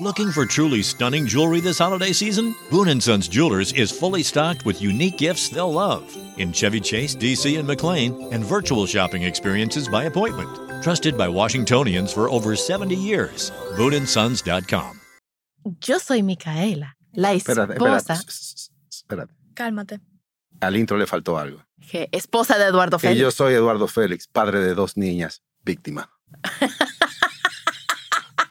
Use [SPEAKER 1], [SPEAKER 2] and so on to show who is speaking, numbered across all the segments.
[SPEAKER 1] Looking for truly stunning jewelry this holiday season? Boon & Sons Jewelers is fully stocked with unique gifts they'll love in Chevy Chase, DC, and McLean, and virtual shopping experiences by appointment. Trusted by Washingtonians for over 70 years. BooneAndSons.com.
[SPEAKER 2] Yo soy Micaela, la
[SPEAKER 3] Espérate,
[SPEAKER 2] esposa,
[SPEAKER 3] espérate. s- s- s- Espérate.
[SPEAKER 4] Cálmate.
[SPEAKER 3] Al intro le faltó algo.
[SPEAKER 2] que- esposa de Eduardo
[SPEAKER 3] Y
[SPEAKER 2] Félix.
[SPEAKER 3] yo soy Eduardo Félix, padre de dos niñas, víctima.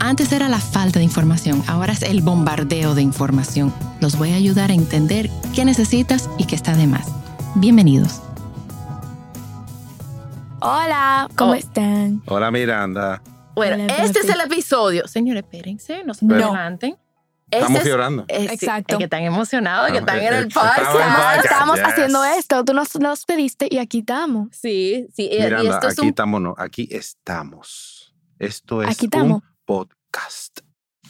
[SPEAKER 2] Antes era la falta de información, ahora es el bombardeo de información. Los voy a ayudar a entender qué necesitas y qué está de más. Bienvenidos.
[SPEAKER 4] Hola, ¿cómo
[SPEAKER 2] Oh.
[SPEAKER 4] están?
[SPEAKER 3] Ahora Miranda,
[SPEAKER 2] Bueno,
[SPEAKER 4] Hola,
[SPEAKER 2] este
[SPEAKER 4] Pepe.
[SPEAKER 2] es el episodio. Señores, espérense, no se
[SPEAKER 4] No.
[SPEAKER 2] adelanten.
[SPEAKER 3] estamos
[SPEAKER 2] Este es-
[SPEAKER 3] llorando.
[SPEAKER 2] eh, sí,
[SPEAKER 4] Exacto.
[SPEAKER 2] es que están emocionados, que
[SPEAKER 3] Ah,
[SPEAKER 2] están
[SPEAKER 3] eh,
[SPEAKER 2] en
[SPEAKER 3] eh,
[SPEAKER 2] el
[SPEAKER 3] estaba en
[SPEAKER 2] podcast.
[SPEAKER 3] podcast,
[SPEAKER 4] Estamos
[SPEAKER 3] yes.
[SPEAKER 4] haciendo esto, tú nos, nos pediste y aquí estamos.
[SPEAKER 2] Sí, sí. y- y
[SPEAKER 3] Miranda,
[SPEAKER 2] esto es
[SPEAKER 3] aquí
[SPEAKER 2] un-
[SPEAKER 3] estamos, no, aquí estamos. Esto es
[SPEAKER 4] Aquí
[SPEAKER 3] un
[SPEAKER 4] estamos.
[SPEAKER 3] podcast.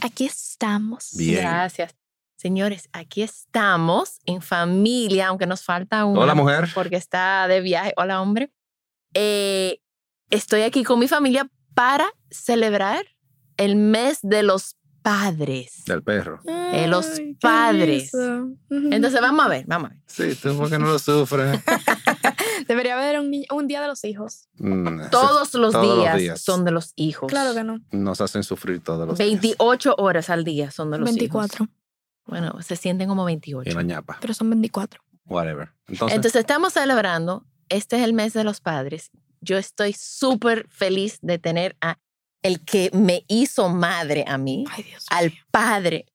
[SPEAKER 4] Aquí estamos.
[SPEAKER 3] Bien.
[SPEAKER 2] Gracias. Señores, aquí estamos en familia, aunque nos falta uno.
[SPEAKER 3] Hola, mujer.
[SPEAKER 2] Porque está de viaje. Hola, hombre. Eh, estoy aquí con mi familia para celebrar el mes de los padres.
[SPEAKER 3] Del perro.
[SPEAKER 2] Eh, los padres. Entonces, vamos a ver, vamos a ver.
[SPEAKER 3] Sí, tú porque no lo sufres.
[SPEAKER 4] Debería haber un, ni- un día de los hijos.
[SPEAKER 3] Mm, eso-
[SPEAKER 2] Todos, los,
[SPEAKER 3] todos los
[SPEAKER 2] días
[SPEAKER 3] días.
[SPEAKER 2] son de los hijos.
[SPEAKER 4] Claro que no.
[SPEAKER 3] Nos hacen sufrir todos los días.
[SPEAKER 2] 28 horas al día son de los hijos.
[SPEAKER 4] 24.
[SPEAKER 2] Bueno, se sienten como
[SPEAKER 3] Y
[SPEAKER 2] 28.
[SPEAKER 3] la ñapa.
[SPEAKER 4] Pero son 24.
[SPEAKER 3] Whatever. Entonces,
[SPEAKER 2] Entonces estamos celebrando, este es el mes de los padres. Yo estoy súper feliz de tener a el que me hizo madre a mí,
[SPEAKER 4] Ay, Dios.
[SPEAKER 2] al padre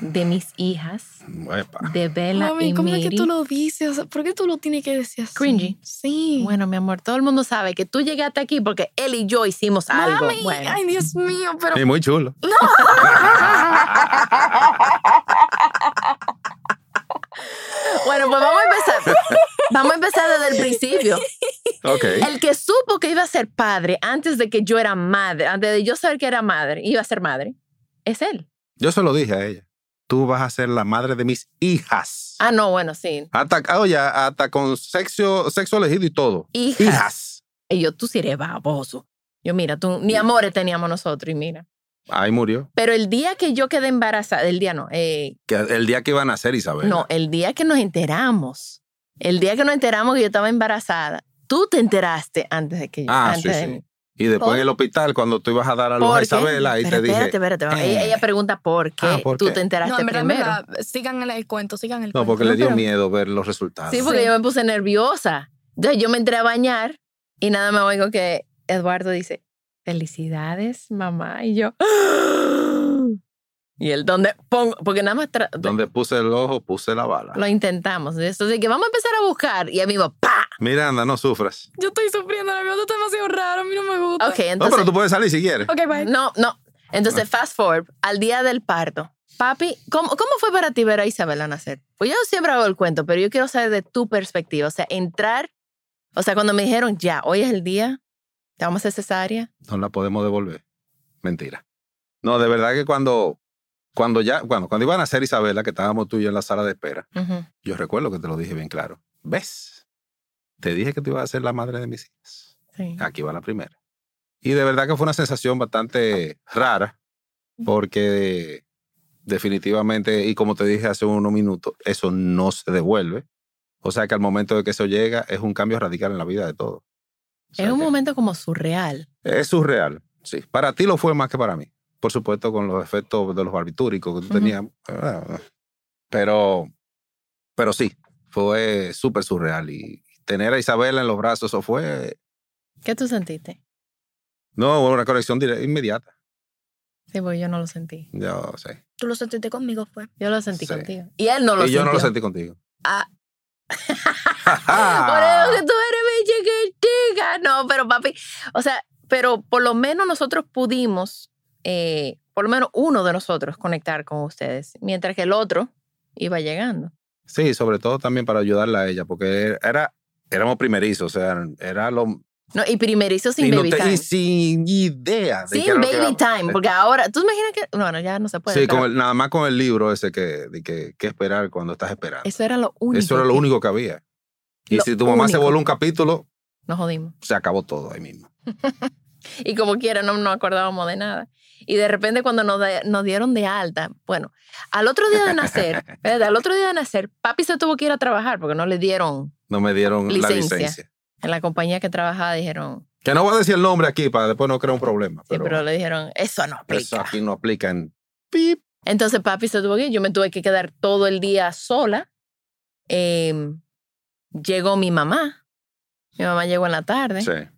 [SPEAKER 2] de mis hijas,
[SPEAKER 3] epa.
[SPEAKER 2] de Bella y
[SPEAKER 4] Mami, ¿cómo es que
[SPEAKER 2] Mary.
[SPEAKER 4] tú lo dices? O sea, ¿Por qué tú lo tienes que decir así?
[SPEAKER 2] Cringy.
[SPEAKER 4] Sí.
[SPEAKER 2] Bueno, mi amor, todo el mundo sabe que tú llegaste aquí porque él y yo hicimos algo.
[SPEAKER 4] Mami,
[SPEAKER 2] Bueno,
[SPEAKER 4] ay, Dios mío, pero
[SPEAKER 3] Sí, muy chulo.
[SPEAKER 2] bueno, pues vamos a empezar. vamos a empezar desde el principio.
[SPEAKER 3] Ok.
[SPEAKER 2] El que supo que iba a ser padre antes de que yo era madre, antes de yo saber que era madre, iba a ser madre, es él.
[SPEAKER 3] Yo se lo dije a ella. Tú vas a ser la madre de mis hijas.
[SPEAKER 2] Ah, no, bueno, sí.
[SPEAKER 3] Hasta, ah, oye, hasta con sexo, sexo elegido y todo.
[SPEAKER 2] Hijas.
[SPEAKER 3] Hijas.
[SPEAKER 2] Y yo, tú sí eres baboso. Yo, mira, tú, ni amores teníamos nosotros, y mira.
[SPEAKER 3] Ahí murió.
[SPEAKER 2] Pero el día que yo quedé embarazada, el día no, eh,
[SPEAKER 3] Que el día que iban a nacer, Isabel.
[SPEAKER 2] no, el día que nos enteramos, el día que nos enteramos que yo estaba embarazada, tú te enteraste antes de que yo.
[SPEAKER 3] Ah,
[SPEAKER 2] antes
[SPEAKER 3] sí,
[SPEAKER 2] de
[SPEAKER 3] sí.
[SPEAKER 2] mí.
[SPEAKER 3] Y después
[SPEAKER 2] ¿Por?
[SPEAKER 3] en el hospital, cuando tú ibas a dar a luz a
[SPEAKER 2] Oh. Porque-
[SPEAKER 3] Isabel, ahí te
[SPEAKER 2] Pero
[SPEAKER 3] dije.
[SPEAKER 2] Espérate, espérate, vamos. Ella,
[SPEAKER 3] "Eh".
[SPEAKER 2] ella pregunta por qué
[SPEAKER 3] Ah, ¿por
[SPEAKER 2] tú
[SPEAKER 3] qué?
[SPEAKER 2] te enteraste
[SPEAKER 4] No, en verdad, en
[SPEAKER 2] primero.
[SPEAKER 4] verdad, sigan el cuento, sigan el
[SPEAKER 3] No,
[SPEAKER 4] cuento.
[SPEAKER 3] porque le dio
[SPEAKER 2] pero-
[SPEAKER 3] miedo ver los resultados.
[SPEAKER 2] Sí, porque
[SPEAKER 4] Sí.
[SPEAKER 2] yo me puse nerviosa. Entonces yo me entré a bañar y nada me oigo que Eduardo dice, felicidades, mamá. Y yo, "Ah". y él, ¿dónde pongo? Porque nada más tra-
[SPEAKER 3] Donde puse el ojo, puse la bala.
[SPEAKER 2] lo intentamos. Entonces que vamos a empezar a buscar. Y a mí va, ¡pa!
[SPEAKER 3] Miranda, no sufras.
[SPEAKER 4] Yo estoy sufriendo, la verdad, está demasiado raro, a mí no me gusta.
[SPEAKER 2] Ok,
[SPEAKER 3] No, pero
[SPEAKER 2] entonces.
[SPEAKER 3] tú puedes salir si quieres.
[SPEAKER 4] Ok, bye.
[SPEAKER 2] No, no. Entonces, fast forward al día del parto. Papi, ¿cómo, cómo fue para ti ver a Isabela nacer? Pues yo siempre hago el cuento, pero yo quiero saber de tu perspectiva. O sea, entrar. O sea, cuando me dijeron, ya, hoy es el día, te vamos a hacer cesárea.
[SPEAKER 3] No la podemos devolver. Mentira. No, de verdad que cuando, cuando ya, cuando, cuando iban a nacer Isabela, que estábamos tú y yo en la sala de espera,
[SPEAKER 2] Ujú.
[SPEAKER 3] yo recuerdo que te lo dije bien claro. ¿Ves? Te dije que tú ibas a ser la madre de mis hijas.
[SPEAKER 2] Sí.
[SPEAKER 3] aquí va la primera. Y de verdad que fue una sensación bastante rara, porque definitivamente, y como te dije hace unos minutos, eso no se devuelve. O sea que al momento de que eso llega, es un cambio radical en la vida de todo. O sea
[SPEAKER 2] Es un
[SPEAKER 3] que
[SPEAKER 2] momento como surreal.
[SPEAKER 3] Es surreal, sí. Para ti lo fue más que para mí. Por supuesto, con los efectos de los barbitúricos que tú
[SPEAKER 2] Ujú.
[SPEAKER 3] tenías. ah, Pero, pero sí, fue súper surreal. Y tener a Isabela en los brazos, eso fue
[SPEAKER 2] ¿Qué tú sentiste?
[SPEAKER 3] No, una conexión dire- inmediata.
[SPEAKER 2] Sí, porque yo no lo sentí.
[SPEAKER 3] Yo sé.
[SPEAKER 4] Tú lo sentiste conmigo, fue.
[SPEAKER 2] Yo lo sentí
[SPEAKER 3] Sí.
[SPEAKER 2] contigo. Y él no lo
[SPEAKER 3] y yo
[SPEAKER 2] sintió.
[SPEAKER 3] no lo sentí Ah. contigo.
[SPEAKER 2] Ah. Por eso que tú eres mi chiquitica. No, pero papi, o sea, pero por lo menos nosotros pudimos, eh, por lo menos uno de nosotros conectar con ustedes, mientras que el otro iba llegando.
[SPEAKER 3] Sí, sobre todo también para ayudarla a ella, porque era, éramos primerizos, o sea, era lo...
[SPEAKER 2] No, y primerizo sin
[SPEAKER 3] y, no
[SPEAKER 2] baby
[SPEAKER 3] te- y
[SPEAKER 2] time.
[SPEAKER 3] sin idea. De qué
[SPEAKER 2] Sin
[SPEAKER 3] era lo que
[SPEAKER 2] baby
[SPEAKER 3] era.
[SPEAKER 2] time, porque ahora, ¿tú imaginas que? Bueno, ya no se puede.
[SPEAKER 3] Sí,
[SPEAKER 2] pero
[SPEAKER 3] con el- nada más con el libro ese que, de que, que esperar cuando estás esperando.
[SPEAKER 2] Eso era lo único.
[SPEAKER 3] Eso era lo
[SPEAKER 2] que-
[SPEAKER 3] único que había. Y
[SPEAKER 2] Lo
[SPEAKER 3] si tu mamá se
[SPEAKER 2] único.
[SPEAKER 3] voló un capítulo,
[SPEAKER 2] Nos jodimos.
[SPEAKER 3] se acabó todo ahí mismo.
[SPEAKER 2] Y como quiera, no nos acordábamos de nada. Y de repente cuando nos, da- nos dieron de alta, bueno, al otro día de nacer, espérate, al otro día de nacer, papi se tuvo que ir a trabajar porque no le dieron
[SPEAKER 3] No me dieron la
[SPEAKER 2] Licencia.
[SPEAKER 3] licencia.
[SPEAKER 2] en la compañía que trabajaba, dijeron,
[SPEAKER 3] Que no voy a decir el nombre aquí para después no crear un problema.
[SPEAKER 2] sí, pero,
[SPEAKER 3] Pero,
[SPEAKER 2] le dijeron, eso no aplica.
[SPEAKER 3] eso aquí no aplica en... Pip.
[SPEAKER 2] Entonces papi se tuvo que ir, yo me tuve que quedar todo el día sola. Eh, llegó mi mamá, mi mamá llegó en la tarde.
[SPEAKER 3] Sí.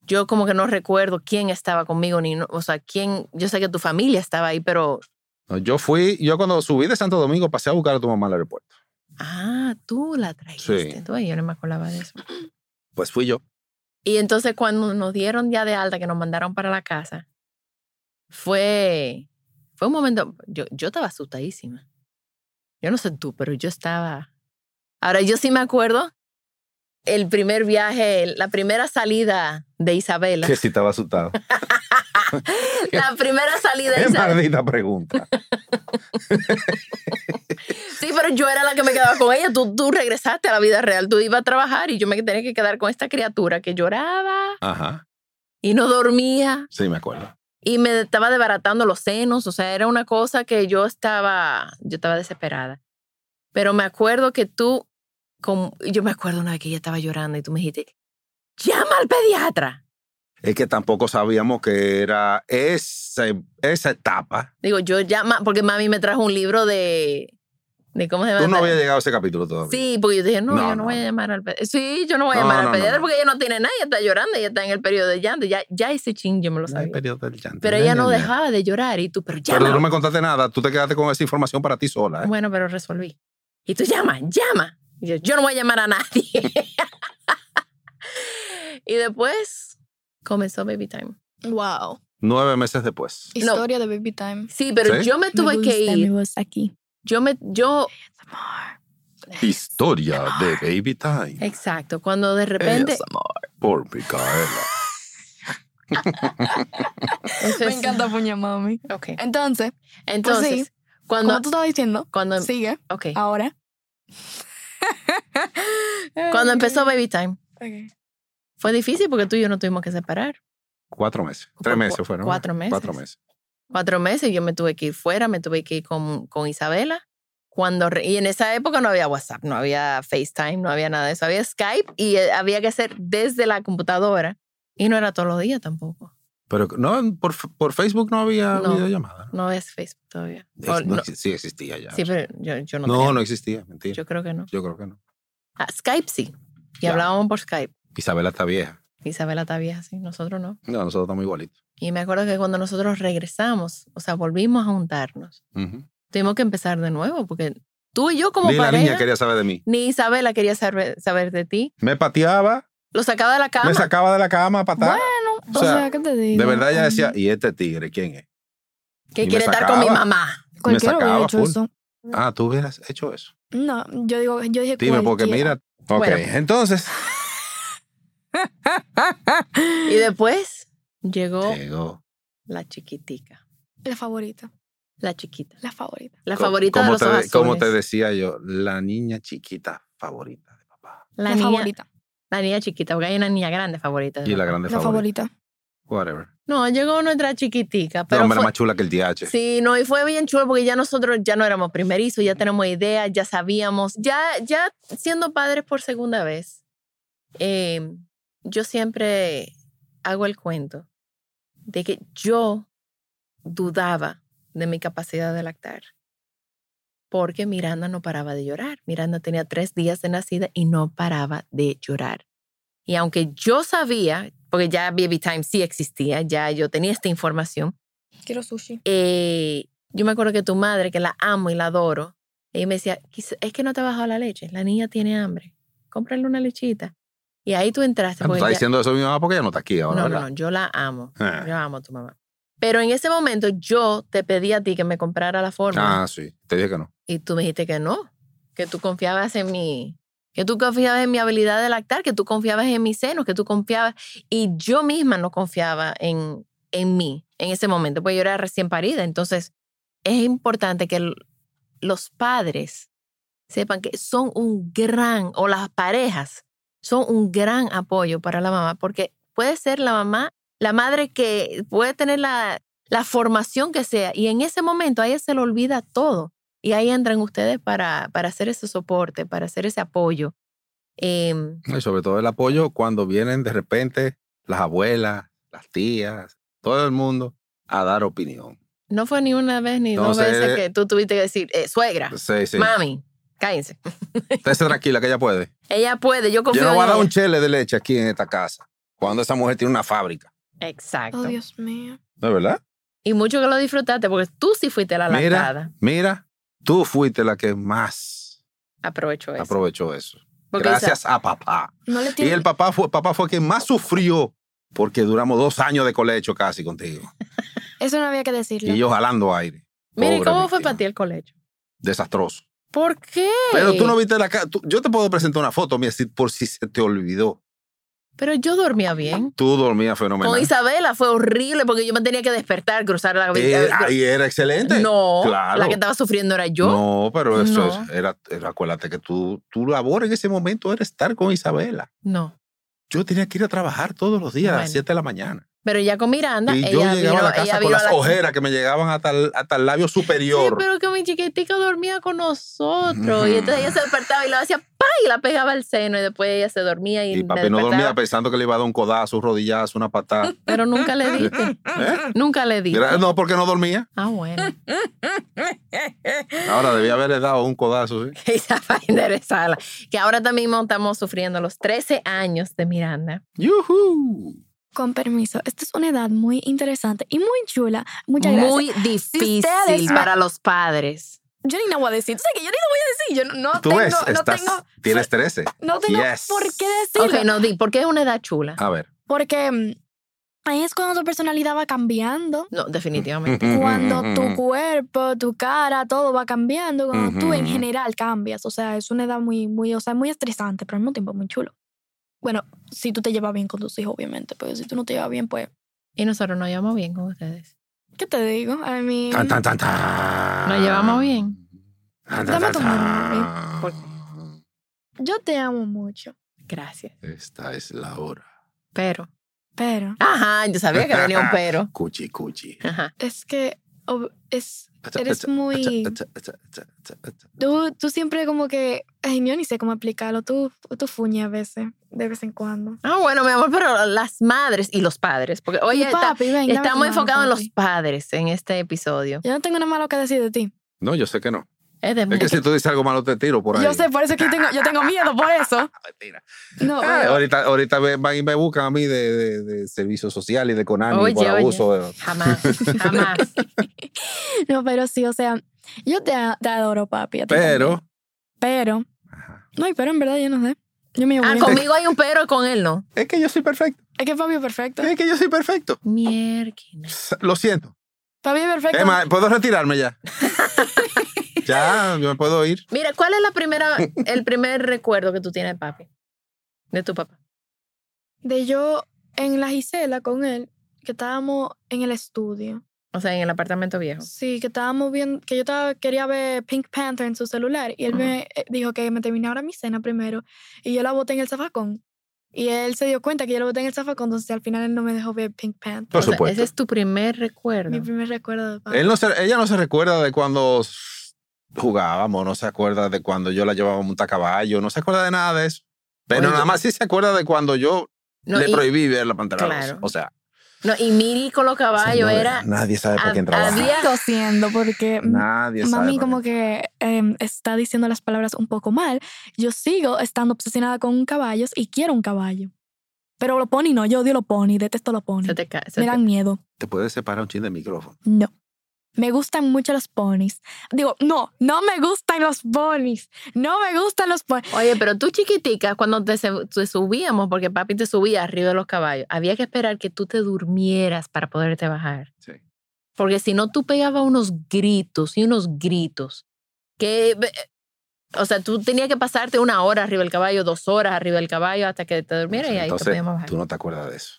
[SPEAKER 2] Yo como que no recuerdo quién estaba conmigo, ni, no- o sea, quién, yo sé que tu familia estaba ahí, pero,
[SPEAKER 3] No, yo fui, yo cuando subí de Santo Domingo pasé a buscar a tu mamá al aeropuerto.
[SPEAKER 2] ah, tú la trajiste,
[SPEAKER 3] Sí.
[SPEAKER 2] tú, ay, yo no me acordaba de eso.
[SPEAKER 3] Pues fui yo.
[SPEAKER 2] Y entonces cuando nos dieron ya de alta, que nos mandaron para la casa, fue, fue un momento, yo, yo estaba asustadísima. Yo no sé tú, pero yo estaba... Ahora, yo sí me acuerdo el primer viaje, la primera salida de Isabela.
[SPEAKER 3] Que sí estaba asustado.
[SPEAKER 2] La primera salida de
[SPEAKER 3] Qué
[SPEAKER 2] Isabela.
[SPEAKER 3] maldita pregunta.
[SPEAKER 2] Sí, pero yo era la que me quedaba con ella. Tú, tú regresaste a la vida real. Tú ibas a trabajar y yo me tenía que quedar con esta criatura que lloraba
[SPEAKER 3] Ajá.
[SPEAKER 2] y no dormía.
[SPEAKER 3] Sí, me acuerdo.
[SPEAKER 2] y me estaba desbaratando los senos, o sea, era una cosa que yo estaba, yo estaba desesperada. Pero me acuerdo que tú, como- yo me acuerdo una vez que ella estaba llorando y tú me dijiste, llama al pediatra.
[SPEAKER 3] Es que tampoco sabíamos que era ese- esa etapa.
[SPEAKER 2] Digo, yo llama, porque mami me trajo un libro de, de ¿cómo se llama?
[SPEAKER 3] Tú no habías llegado a ese capítulo todavía.
[SPEAKER 2] Sí, porque yo dije, no,
[SPEAKER 3] No,
[SPEAKER 2] yo no,
[SPEAKER 3] no,
[SPEAKER 2] voy a
[SPEAKER 3] no.
[SPEAKER 2] llamar al pediatra. Sí, yo no voy a
[SPEAKER 3] No,
[SPEAKER 2] llamar al
[SPEAKER 3] no, no,
[SPEAKER 2] pediatra
[SPEAKER 3] no.
[SPEAKER 2] porque ella no tiene nada, ella está llorando, ella está en el periodo de llanto, ya, ya ese chin yo me lo
[SPEAKER 3] No hay
[SPEAKER 2] sabía.
[SPEAKER 3] periodo del llanto.
[SPEAKER 2] Pero
[SPEAKER 3] Ya,
[SPEAKER 2] ella
[SPEAKER 3] ya,
[SPEAKER 2] no
[SPEAKER 3] ya.
[SPEAKER 2] dejaba de llorar y tú, pero
[SPEAKER 3] Pero tú
[SPEAKER 2] llama,
[SPEAKER 3] no me contaste nada. Tú te quedaste con esa información para ti sola. ¿eh?
[SPEAKER 2] Bueno, pero resolví. Y tú llama, llama. Y yo, yo no voy a llamar a nadie. y después comenzó Baby Time.
[SPEAKER 4] Wow.
[SPEAKER 3] Nueve meses después.
[SPEAKER 2] No.
[SPEAKER 4] Historia de Baby Time.
[SPEAKER 2] Sí, pero
[SPEAKER 3] ¿Sí?
[SPEAKER 2] yo me tuve que ir.
[SPEAKER 4] voz aquí.
[SPEAKER 2] Yo me, yo,
[SPEAKER 5] Historia de Baby Time
[SPEAKER 2] exacto. Cuando de repente,
[SPEAKER 5] por Micaela.
[SPEAKER 2] eso
[SPEAKER 4] Me
[SPEAKER 2] es-
[SPEAKER 4] encanta puña mami.
[SPEAKER 2] Ok.
[SPEAKER 4] Entonces,
[SPEAKER 2] Entonces,
[SPEAKER 4] sí.
[SPEAKER 2] cuando,
[SPEAKER 4] como tú estabas diciendo,
[SPEAKER 2] cuando,
[SPEAKER 4] sigue
[SPEAKER 2] ok.
[SPEAKER 4] ahora.
[SPEAKER 2] cuando empezó Baby Time
[SPEAKER 4] Ok.
[SPEAKER 2] fue difícil porque tú y yo no tuvimos que separar.
[SPEAKER 3] Cuatro meses.
[SPEAKER 2] Cu-
[SPEAKER 3] Tres
[SPEAKER 2] cu-
[SPEAKER 3] meses fueron. ¿eh?
[SPEAKER 2] cuatro meses.
[SPEAKER 3] Cuatro meses.
[SPEAKER 2] Cuatro meses yo me tuve que ir fuera, me tuve que ir con, con Isabela. Cuando re- y en esa época no había WhatsApp, no había FaceTime, no había nada de eso. Había Skype y eh, había que hacer desde la computadora. Y no era todos los días tampoco.
[SPEAKER 3] Pero no, por, por Facebook no había
[SPEAKER 2] No.
[SPEAKER 3] videollamada.
[SPEAKER 2] No es Facebook todavía.
[SPEAKER 3] Es-
[SPEAKER 2] O
[SPEAKER 3] no
[SPEAKER 2] no-
[SPEAKER 3] exi- Sí existía ya.
[SPEAKER 2] sí, pero yo, yo no,
[SPEAKER 3] no,
[SPEAKER 2] tenía-
[SPEAKER 3] no, existía. Mentira. Yo,
[SPEAKER 2] Yo creo que no.
[SPEAKER 3] creo que no.
[SPEAKER 2] Ah, Skype sí. Y
[SPEAKER 3] Ya.
[SPEAKER 2] hablábamos por Skype.
[SPEAKER 3] Isabela está vieja.
[SPEAKER 2] Isabela está vieja, sí, nosotros no.
[SPEAKER 3] No, nosotros estamos igualitos.
[SPEAKER 2] Y me acuerdo que cuando nosotros regresamos, o sea, volvimos a juntarnos,
[SPEAKER 3] Ujú.
[SPEAKER 2] tuvimos que empezar de nuevo porque tú y yo como
[SPEAKER 3] Ni la
[SPEAKER 2] pareja...
[SPEAKER 3] niña quería saber de mí.
[SPEAKER 2] Ni Isabela quería saber, saber de ti.
[SPEAKER 3] Me pateaba,
[SPEAKER 2] Lo sacaba de la cama.
[SPEAKER 3] me sacaba de la cama a patar. O
[SPEAKER 4] Bueno, o
[SPEAKER 3] sea,
[SPEAKER 4] sea, ¿qué te digo?
[SPEAKER 3] de verdad ella
[SPEAKER 4] Ajá.
[SPEAKER 3] decía, ¿y este tigre quién es? y
[SPEAKER 2] que
[SPEAKER 3] me
[SPEAKER 2] quiere estar con mi
[SPEAKER 3] sacaba.
[SPEAKER 2] mamá.
[SPEAKER 4] Cualquiera hubiera
[SPEAKER 3] sacaba
[SPEAKER 4] hecho
[SPEAKER 3] full.
[SPEAKER 4] eso.
[SPEAKER 2] Mm.
[SPEAKER 3] Ah, tú hubieras hecho eso.
[SPEAKER 4] No, yo digo, yo dije
[SPEAKER 3] Dime, porque
[SPEAKER 4] cualquiera.
[SPEAKER 3] mira. Ok,
[SPEAKER 2] Bueno.
[SPEAKER 3] entonces.
[SPEAKER 2] Y después llegó
[SPEAKER 3] Llegó.
[SPEAKER 2] la chiquitica.
[SPEAKER 4] La favorita,
[SPEAKER 2] La chiquita.
[SPEAKER 4] la favorita.
[SPEAKER 2] La
[SPEAKER 3] Co-
[SPEAKER 2] favorita de
[SPEAKER 3] como
[SPEAKER 2] los
[SPEAKER 3] te,
[SPEAKER 2] ojos
[SPEAKER 3] de- como
[SPEAKER 2] azules.
[SPEAKER 3] te decía yo, la niña chiquita favorita de papá.
[SPEAKER 2] la,
[SPEAKER 4] La,
[SPEAKER 2] niña,
[SPEAKER 4] favorita,
[SPEAKER 2] La niña chiquita, porque hay una niña grande favorita. de
[SPEAKER 3] Y la
[SPEAKER 2] papá.
[SPEAKER 3] grande
[SPEAKER 4] la
[SPEAKER 3] favorita.
[SPEAKER 4] favorita.
[SPEAKER 3] Whatever.
[SPEAKER 2] No, llegó nuestra chiquitica.
[SPEAKER 3] La
[SPEAKER 2] Pero
[SPEAKER 3] hombre
[SPEAKER 2] fue-
[SPEAKER 3] más chula que el Ah, DH.
[SPEAKER 2] Sí, no, y fue bien chulo porque ya nosotros ya no éramos primerizos, ya tenemos ideas, ya sabíamos, ya, ya siendo padres por segunda vez, eh, yo siempre hago el cuento de que yo dudaba de mi capacidad de lactar porque Miranda no paraba de llorar. Miranda tenía tres días de nacida y no paraba de llorar. Y aunque yo sabía, porque ya Baby Time sí existía, ya yo tenía esta información,
[SPEAKER 4] Quiero sushi.
[SPEAKER 2] eh, yo me acuerdo que tu madre, que la amo y la adoro, ella me decía, "Quiz- es que no te ha bajado la leche, la niña tiene hambre, cómprale una lechita. Y ahí tú entraste.
[SPEAKER 3] Está
[SPEAKER 2] porque pues ya-
[SPEAKER 3] diciendo eso mi mamá porque ella no está aquí ahora,
[SPEAKER 2] no, no,
[SPEAKER 3] ¿verdad?
[SPEAKER 2] no, yo la amo,
[SPEAKER 3] Ah.
[SPEAKER 2] yo amo a tu mamá. Pero en ese momento yo te pedí a ti que me comprara la fórmula
[SPEAKER 3] Ah, sí. Te dije que no.
[SPEAKER 2] y tú me dijiste que no, que tú confiabas en mi, que tú confiabas en mi habilidad de lactar, que tú confiabas en mis senos, que tú confiabas, y yo misma no confiaba en, en mí en ese momento, porque yo era recién parida. Entonces, es importante que el- los padres sepan que son un gran, o las parejas, son un gran apoyo para la mamá, porque puede ser la mamá, la madre que puede tener la, la formación que sea, y en ese momento a ella se le olvida todo. Y ahí entran ustedes para, para hacer ese soporte, para hacer ese apoyo. Em,
[SPEAKER 3] Y sobre todo el apoyo cuando vienen de repente las abuelas, las tías, todo el mundo a dar opinión.
[SPEAKER 2] no fue ni una vez ni dos
[SPEAKER 3] Entonces-
[SPEAKER 2] veces que tú tuviste que decir, eh, suegra,
[SPEAKER 3] Sí, Pues, sí.
[SPEAKER 2] mami, cállense.
[SPEAKER 3] Estése tranquila que ella puede.
[SPEAKER 2] Ella puede, yo confío
[SPEAKER 3] Yo no
[SPEAKER 2] en
[SPEAKER 3] voy a dar
[SPEAKER 2] ella.
[SPEAKER 3] un chele de leche aquí en esta casa. Cuando esa mujer tiene una fábrica.
[SPEAKER 2] Exacto.
[SPEAKER 4] Oh, Dios mío.
[SPEAKER 3] ¿No es verdad?
[SPEAKER 2] Y mucho que lo disfrutaste porque tú sí fuiste la
[SPEAKER 3] Mira.
[SPEAKER 2] lactada.
[SPEAKER 3] Mira, tú fuiste la que más
[SPEAKER 2] Aprovecho eso.
[SPEAKER 3] aprovechó eso.
[SPEAKER 2] Porque
[SPEAKER 3] Gracias a papá.
[SPEAKER 4] No le
[SPEAKER 3] Y
[SPEAKER 4] tiene...
[SPEAKER 3] el papá fue, papá fue quien más sufrió porque duramos dos años de colecho casi contigo.
[SPEAKER 4] Eso no había que decirlo.
[SPEAKER 3] Y yo jalando aire.
[SPEAKER 2] Mira, ¿y
[SPEAKER 3] Pobre
[SPEAKER 2] ¿cómo
[SPEAKER 3] mi
[SPEAKER 2] fue
[SPEAKER 3] tío.
[SPEAKER 2] para ti el colegio?
[SPEAKER 3] Desastroso.
[SPEAKER 2] ¿Por qué?
[SPEAKER 3] Pero tú no viste la cara. tú- Yo te puedo presentar una foto, mía, si- por si se te olvidó.
[SPEAKER 2] Pero yo dormía bien.
[SPEAKER 3] Tú dormías fenomenal.
[SPEAKER 2] Con Isabela fue horrible porque yo me tenía que despertar, cruzar la
[SPEAKER 3] Eh,
[SPEAKER 2] cabeza.
[SPEAKER 3] ahí era excelente.
[SPEAKER 2] No,
[SPEAKER 3] Claro.
[SPEAKER 2] la que estaba sufriendo era yo.
[SPEAKER 3] No, pero eso
[SPEAKER 2] No.
[SPEAKER 3] es- era, era- Acuérdate que tu, tu labor en ese momento era estar con Isabela.
[SPEAKER 2] No.
[SPEAKER 3] Yo tenía que ir a trabajar todos los días a las
[SPEAKER 2] Bueno.
[SPEAKER 3] 7 de la mañana.
[SPEAKER 2] Pero ya con Miranda,
[SPEAKER 3] y yo
[SPEAKER 2] ella
[SPEAKER 3] llegaba
[SPEAKER 2] vino,
[SPEAKER 3] a la
[SPEAKER 2] ella
[SPEAKER 3] casa con
[SPEAKER 2] vino
[SPEAKER 3] las
[SPEAKER 2] a la-
[SPEAKER 3] ojeras que me llegaban hasta el, hasta el labio
[SPEAKER 2] Sí,
[SPEAKER 3] superior.
[SPEAKER 2] pero que mi chiquitica dormía con nosotros. Y
[SPEAKER 3] Ujú.
[SPEAKER 2] entonces ella se despertaba y la hacía ¡pa! y la pegaba al seno. Y después ella se dormía y,
[SPEAKER 3] y
[SPEAKER 2] la
[SPEAKER 3] papi no dormía
[SPEAKER 2] despertaba.
[SPEAKER 3] pensando que le iba a dar un codazo, un rodillazo, una patada.
[SPEAKER 2] Pero nunca le diste.
[SPEAKER 3] ¿Eh?
[SPEAKER 2] Nunca le diste.
[SPEAKER 3] Mira, No, porque no dormía.
[SPEAKER 2] Ah, bueno.
[SPEAKER 3] Ahora debía haberle dado un codazo. ¿sí?
[SPEAKER 2] Esa vaina era sala. Que ahora también estamos sufriendo los 13 años de Miranda.
[SPEAKER 3] ¡Yujú!
[SPEAKER 4] Con permiso. Esta es una edad muy interesante y muy chula. Muchas gracias.
[SPEAKER 2] Muy difícil
[SPEAKER 4] ustedes me-
[SPEAKER 2] para los padres.
[SPEAKER 4] Yo ni nada voy a decir. Tú sabes que yo ni lo voy a decir. Yo no, no
[SPEAKER 3] Tú
[SPEAKER 4] tengo...
[SPEAKER 3] ves,
[SPEAKER 4] no
[SPEAKER 3] estás,
[SPEAKER 4] tengo...
[SPEAKER 3] tienes 13.
[SPEAKER 4] No tengo
[SPEAKER 3] Yes.
[SPEAKER 4] por qué
[SPEAKER 2] ok,
[SPEAKER 4] decirlo.
[SPEAKER 2] no di, porque es una edad chula.
[SPEAKER 3] A ver.
[SPEAKER 4] Porque mm, ahí es cuando tu personalidad va cambiando.
[SPEAKER 2] No, definitivamente.
[SPEAKER 4] Cuando tu cuerpo, tu cara, todo va cambiando, cuando tú en
[SPEAKER 3] Ujú.
[SPEAKER 4] general cambias. O sea, es una edad muy, muy, o sea, muy estresante, pero al mismo tiempo muy chulo. Bueno, si tú te llevas bien con tus hijos, obviamente, pero si tú no te llevas bien, pues,
[SPEAKER 3] Mm.
[SPEAKER 2] Y nosotros nos llevamos bien con ustedes.
[SPEAKER 4] ¿qué te digo? A mí.
[SPEAKER 3] Tan, tan, tan, tan.
[SPEAKER 2] Nos llevamos bien.
[SPEAKER 3] Tan, tan,
[SPEAKER 4] Dame
[SPEAKER 3] tan,
[SPEAKER 4] tu mano,
[SPEAKER 2] ¿por
[SPEAKER 3] tan.
[SPEAKER 4] Yo te amo mucho,
[SPEAKER 2] Gracias.
[SPEAKER 5] Esta es la hora.
[SPEAKER 2] Pero.
[SPEAKER 4] pero
[SPEAKER 2] Ajá, yo sabía que venía un pero.
[SPEAKER 5] Cuchi, cuchi.
[SPEAKER 2] Ajá.
[SPEAKER 4] es que ob- es,
[SPEAKER 5] Acha,
[SPEAKER 4] eres
[SPEAKER 5] acha,
[SPEAKER 4] muy.
[SPEAKER 5] acha, acha, acha, acha, acha.
[SPEAKER 4] Tú, tú siempre como que. Ay, yo ni sé cómo aplicarlo. Tú, tú fuñes a veces, de vez en cuando.
[SPEAKER 2] Ah, bueno, mi amor, pero las madres y los padres. Porque hoy
[SPEAKER 4] Y
[SPEAKER 2] está,
[SPEAKER 4] papi, ven, dame tu
[SPEAKER 2] estamos
[SPEAKER 4] mano,
[SPEAKER 2] enfocados en
[SPEAKER 4] papi.
[SPEAKER 2] los padres en este episodio.
[SPEAKER 4] Yo no tengo nada malo que decir de ti.
[SPEAKER 3] No, yo sé que no.
[SPEAKER 2] Es de
[SPEAKER 3] Es que si tú dices algo malo, te tiro por ahí.
[SPEAKER 4] Yo sé, por eso es que yo tengo, yo tengo miedo, por eso.
[SPEAKER 3] Mentira.
[SPEAKER 4] No,
[SPEAKER 3] Ah,
[SPEAKER 4] pero-
[SPEAKER 3] ahorita, ahorita ve- van y me buscan a mí de, de, de servicio social y de Conani
[SPEAKER 2] Oye,
[SPEAKER 3] por
[SPEAKER 2] oye.
[SPEAKER 3] abuso. de-
[SPEAKER 2] Jamás, jamás.
[SPEAKER 4] no, pero sí, o sea, yo te, a- te adoro, papi. a ti
[SPEAKER 3] Pero,
[SPEAKER 4] también. Pero. No, y pero en verdad yo no sé. Yo me llevo
[SPEAKER 2] Ah,
[SPEAKER 4] bien.
[SPEAKER 2] conmigo hay un pero, con él no.
[SPEAKER 3] es que yo soy perfecto.
[SPEAKER 4] Es que papi es perfecto.
[SPEAKER 3] Es que yo soy perfecto.
[SPEAKER 2] Mierda.
[SPEAKER 3] Lo siento.
[SPEAKER 4] Papi es perfecto.
[SPEAKER 3] Emma, ¿puedo retirarme ya? ya, yo me puedo ir.
[SPEAKER 2] Mira, ¿cuál es la primera, el primer recuerdo que tú tienes de papi? De tu papá.
[SPEAKER 4] De yo en la Gisela con él, que estábamos en el estudio.
[SPEAKER 2] O sea, en el apartamento viejo.
[SPEAKER 4] Sí, que estábamos viendo, que yo estaba, quería ver Pink Panther en su celular y él me eh, dijo que me terminara mi cena primero y yo la boté en el zafacón. Y él se dio cuenta que yo la boté en el zafacón, entonces al final él no me dejó ver Pink Panther.
[SPEAKER 3] Por
[SPEAKER 2] O sea,
[SPEAKER 3] supuesto.
[SPEAKER 2] ese es tu primer recuerdo.
[SPEAKER 4] Mi primer recuerdo de papá.
[SPEAKER 3] Él no se- ella no se recuerda de cuando jugábamos, no se acuerda de cuando yo la llevaba a montar caballo, no se acuerda de nada de eso. Pero
[SPEAKER 2] Oye,
[SPEAKER 3] nada
[SPEAKER 2] tú-
[SPEAKER 3] más sí se acuerda de cuando yo
[SPEAKER 2] No,
[SPEAKER 3] le
[SPEAKER 2] y,
[SPEAKER 3] prohibí ver la pantera
[SPEAKER 2] Claro.
[SPEAKER 3] rosa. O sea,
[SPEAKER 2] no, y Miri con los caballos
[SPEAKER 3] señores,
[SPEAKER 2] era.
[SPEAKER 3] nadie sabe para
[SPEAKER 2] hab-
[SPEAKER 3] quién trabaja.
[SPEAKER 2] había-
[SPEAKER 4] tosiendo porque mm,
[SPEAKER 3] nadie sabe.
[SPEAKER 4] mami
[SPEAKER 3] pa'
[SPEAKER 4] como
[SPEAKER 3] quién-
[SPEAKER 4] que em, está diciendo las palabras un poco mal. Yo sigo estando obsesionada con caballos y quiero un caballo. Pero los pony no, yo odio los pony, detesto los pony.
[SPEAKER 2] Se te ca- se
[SPEAKER 4] Me
[SPEAKER 2] te-
[SPEAKER 4] dan miedo.
[SPEAKER 3] Te puedes separar un chin de micrófono.
[SPEAKER 4] No. Me gustan mucho los ponis. Digo, no, no me gustan los ponis. No me gustan los ponis.
[SPEAKER 2] Oye, pero tú chiquitica, cuando te, se- te subíamos, porque papi te subía arriba de los caballos, había que esperar que tú te durmieras para poderte bajar.
[SPEAKER 3] Sí.
[SPEAKER 2] Porque si no, tú pegabas unos gritos y unos gritos. Que eh, O sea, tú tenías que pasarte una hora arriba del caballo, dos horas arriba del caballo hasta que te durmieras y ahí te
[SPEAKER 3] Pues Entonces,
[SPEAKER 2] podíamos bajar.
[SPEAKER 3] tú no te acuerdas de eso.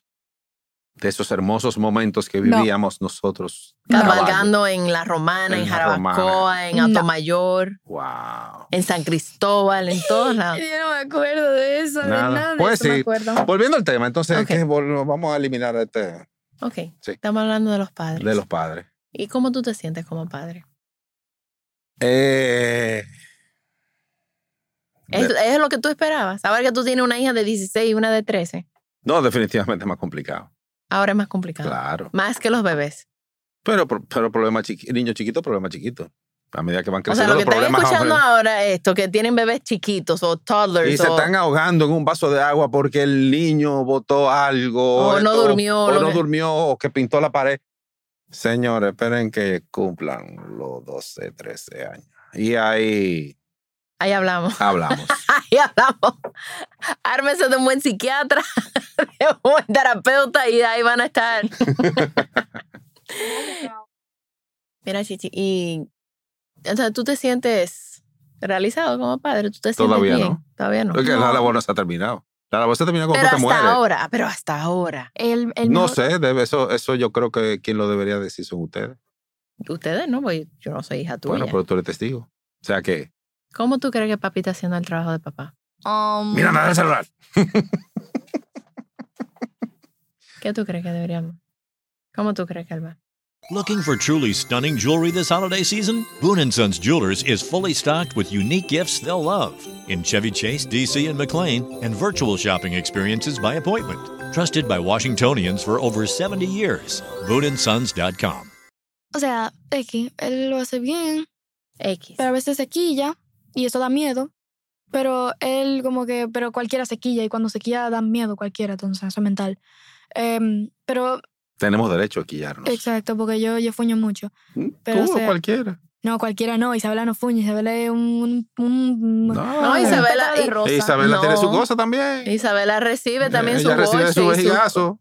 [SPEAKER 3] De esos hermosos momentos que vivíamos nosotros.
[SPEAKER 2] Cabalgando en La Romana, en,
[SPEAKER 3] En La
[SPEAKER 2] Jarabacoa,
[SPEAKER 3] Romana.
[SPEAKER 2] en
[SPEAKER 4] No.
[SPEAKER 2] Automayor,
[SPEAKER 3] Wow.
[SPEAKER 2] en San Cristóbal, en todos lados.
[SPEAKER 4] Yo no me acuerdo de eso,
[SPEAKER 3] Nada.
[SPEAKER 4] de nada. de
[SPEAKER 3] Pues
[SPEAKER 4] eso me
[SPEAKER 3] sí.
[SPEAKER 4] acuerdo.
[SPEAKER 3] Volviendo al tema, entonces
[SPEAKER 2] Ok.
[SPEAKER 3] ¿qué? Vol- vamos a eliminar este
[SPEAKER 2] Ok,
[SPEAKER 3] Sí.
[SPEAKER 2] estamos hablando de los padres.
[SPEAKER 3] de los padres.
[SPEAKER 2] ¿Y cómo tú te sientes como padre?
[SPEAKER 3] Eh,
[SPEAKER 2] ¿Es,
[SPEAKER 3] de-
[SPEAKER 2] es lo que tú esperabas? Saber que tú tienes una hija de 16 y una de 13.
[SPEAKER 3] no, definitivamente es más complicado.
[SPEAKER 2] Ahora es más complicado.
[SPEAKER 3] Claro.
[SPEAKER 2] Más que los bebés.
[SPEAKER 3] Pero, pero problema chiqui- niño chiquito, problema chiquito. A medida que van
[SPEAKER 2] O sea,
[SPEAKER 3] creciendo
[SPEAKER 2] lo que
[SPEAKER 3] los
[SPEAKER 2] están
[SPEAKER 3] problemas van
[SPEAKER 2] escuchando
[SPEAKER 3] aumentando.
[SPEAKER 2] ahora es esto, que tienen bebés chiquitos o toddlers
[SPEAKER 3] y se
[SPEAKER 2] o,
[SPEAKER 3] están ahogando en un vaso de agua porque el niño botó algo.
[SPEAKER 2] O no durmió,
[SPEAKER 3] O
[SPEAKER 2] lo
[SPEAKER 3] no
[SPEAKER 2] que-
[SPEAKER 3] durmió, o que pintó la pared. Señores, esperen que cumplan los 12, 13 años. Y ahí
[SPEAKER 2] ahí hablamos,
[SPEAKER 3] hablamos.
[SPEAKER 2] ahí hablamos. Ármese de un buen psiquiatra, de un buen terapeuta y ahí van a estar. Mira, Chichi, y o sea, tú te sientes realizado como padre, tú te sientes
[SPEAKER 3] Todavía
[SPEAKER 2] bien?
[SPEAKER 3] no.
[SPEAKER 2] Todavía no.
[SPEAKER 3] Porque la
[SPEAKER 2] No.
[SPEAKER 3] labor no se ha terminado. La labor se termina cuando
[SPEAKER 2] pero
[SPEAKER 3] tú te
[SPEAKER 2] hasta
[SPEAKER 3] mueres.
[SPEAKER 2] ahora, pero hasta ahora.
[SPEAKER 4] El, el
[SPEAKER 3] No
[SPEAKER 4] mejor-
[SPEAKER 3] sé, debe- eso, eso yo creo que quien lo debería decir son ustedes.
[SPEAKER 2] Ustedes no, porque yo no soy hija tuya.
[SPEAKER 3] Bueno, pues pero tú eres testigo. O sea que.
[SPEAKER 2] ¿Cómo tú crees que papi está haciendo el trabajo de papá?
[SPEAKER 4] Um,
[SPEAKER 3] Mira, nada el celular.
[SPEAKER 2] ¿Qué tú crees que deberíamos? ¿Cómo tú crees que él va?
[SPEAKER 1] Looking for truly stunning jewelry this holiday season? Boon & Sons Jewelers is fully stocked with unique gifts they'll love in Chevy Chase, DC, and McLean, and virtual shopping experiences by appointment. Trusted by Washingtonians for over 70 years. BooneAndSons.com.
[SPEAKER 4] O sea, X, él lo hace bien,
[SPEAKER 2] X.
[SPEAKER 4] pero a veces se quilla y eso da miedo. Pero él como que, pero cualquiera se quilla y cuando se quilla da miedo cualquiera, entonces eso es mental. Em, pero,
[SPEAKER 3] Tenemos derecho a quillarnos.
[SPEAKER 4] exacto, porque yo, yo fuño mucho. pero,
[SPEAKER 3] tú
[SPEAKER 4] o
[SPEAKER 3] o
[SPEAKER 4] sea,
[SPEAKER 3] cualquiera.
[SPEAKER 4] No, cualquiera no, Isabela no fuñe, Isabela es un... un, un-
[SPEAKER 3] No,
[SPEAKER 2] No, Isabela,
[SPEAKER 4] pétalo de
[SPEAKER 2] y-
[SPEAKER 4] rosa.
[SPEAKER 3] Isabela
[SPEAKER 2] No.
[SPEAKER 3] tiene su cosa también.
[SPEAKER 2] Isabela recibe también
[SPEAKER 3] Ella
[SPEAKER 2] su
[SPEAKER 3] recibe
[SPEAKER 2] golpe
[SPEAKER 3] su
[SPEAKER 2] y su-
[SPEAKER 3] vejigazo.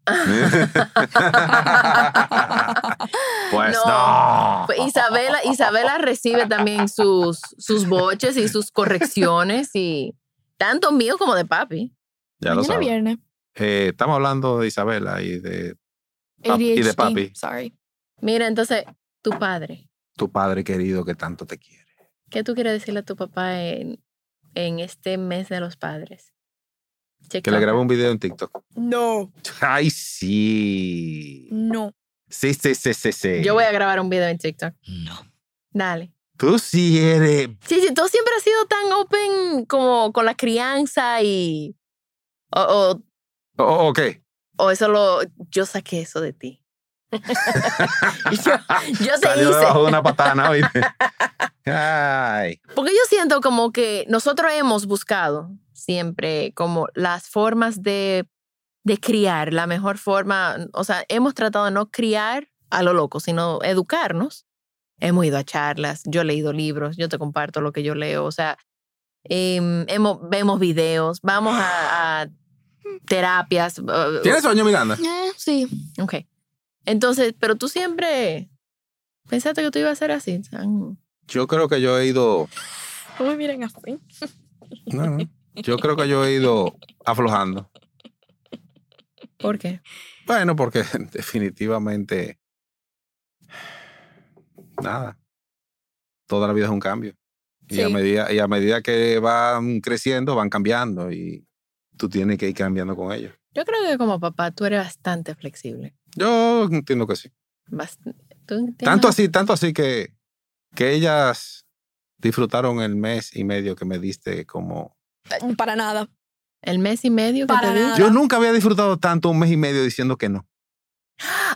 [SPEAKER 3] pues
[SPEAKER 2] No.
[SPEAKER 3] no.
[SPEAKER 2] Pues Isabela, Isabela recibe también sus, sus boches y sus correcciones y tanto mío como de papi.
[SPEAKER 3] Ya lo
[SPEAKER 4] Mañana
[SPEAKER 3] sabes.
[SPEAKER 4] viernes.
[SPEAKER 3] Eh, estamos hablando de Isabela y de Pap- Ah, y de
[SPEAKER 4] ADHD,
[SPEAKER 3] papi.
[SPEAKER 4] Sorry.
[SPEAKER 2] Mira, entonces, tu padre,
[SPEAKER 3] tu padre querido que tanto te quiere.
[SPEAKER 2] ¿qué tú quieres decirle a tu papá en, en este mes de los padres?
[SPEAKER 3] Que
[SPEAKER 2] Ah.
[SPEAKER 3] le grabé un video en TikTok.
[SPEAKER 4] No.
[SPEAKER 3] Ay, sí.
[SPEAKER 4] No.
[SPEAKER 3] Sí, sí, sí, sí, sí.
[SPEAKER 2] Yo voy a grabar un video en TikTok.
[SPEAKER 1] No.
[SPEAKER 2] Dale.
[SPEAKER 3] Tú sí eres.
[SPEAKER 2] Sí, sí, tú siempre has sido tan open como con la crianza y... O, o-
[SPEAKER 3] Oh, ok.
[SPEAKER 2] o eso lo... Yo saqué eso de ti. yo, yo te
[SPEAKER 3] Salió
[SPEAKER 2] hice...
[SPEAKER 3] debajo de una patana, ¿oíste? Ay.
[SPEAKER 2] Porque yo siento como que nosotros hemos buscado siempre como las formas de, de criar, la mejor forma, o sea, hemos tratado de no criar a lo loco, sino educarnos. Hemos ido a charlas, yo he leído libros, yo te comparto lo que yo leo, o sea, em, hemos, vemos videos, vamos a, a terapias. uh,
[SPEAKER 3] ¿Tienes sueño, Miranda?
[SPEAKER 4] Eh, sí.
[SPEAKER 2] Ok. Entonces, pero tú siempre pensaste que tú ibas a ser así. tan-
[SPEAKER 3] Yo creo que yo he ido.
[SPEAKER 4] Uy, miren así.
[SPEAKER 3] no, no. Yo creo que yo he ido aflojando.
[SPEAKER 2] ¿Por qué?
[SPEAKER 3] Bueno, porque definitivamente. Nada. Toda la vida es un cambio. Y, a,
[SPEAKER 4] Sí.
[SPEAKER 3] medida, y a medida que van creciendo, van cambiando. Y tú tienes que ir cambiando con ellos.
[SPEAKER 2] Yo creo que como papá tú eres bastante flexible.
[SPEAKER 3] Yo entiendo que sí.
[SPEAKER 2] Bast- tú entiendes?
[SPEAKER 3] Tanto así, tanto así que, que ellas disfrutaron el mes y medio que me diste como...
[SPEAKER 4] Eh, Para nada.
[SPEAKER 2] El mes y medio que
[SPEAKER 4] Para
[SPEAKER 2] te di.
[SPEAKER 4] nada.
[SPEAKER 3] Yo nunca había disfrutado tanto un mes y medio diciendo que no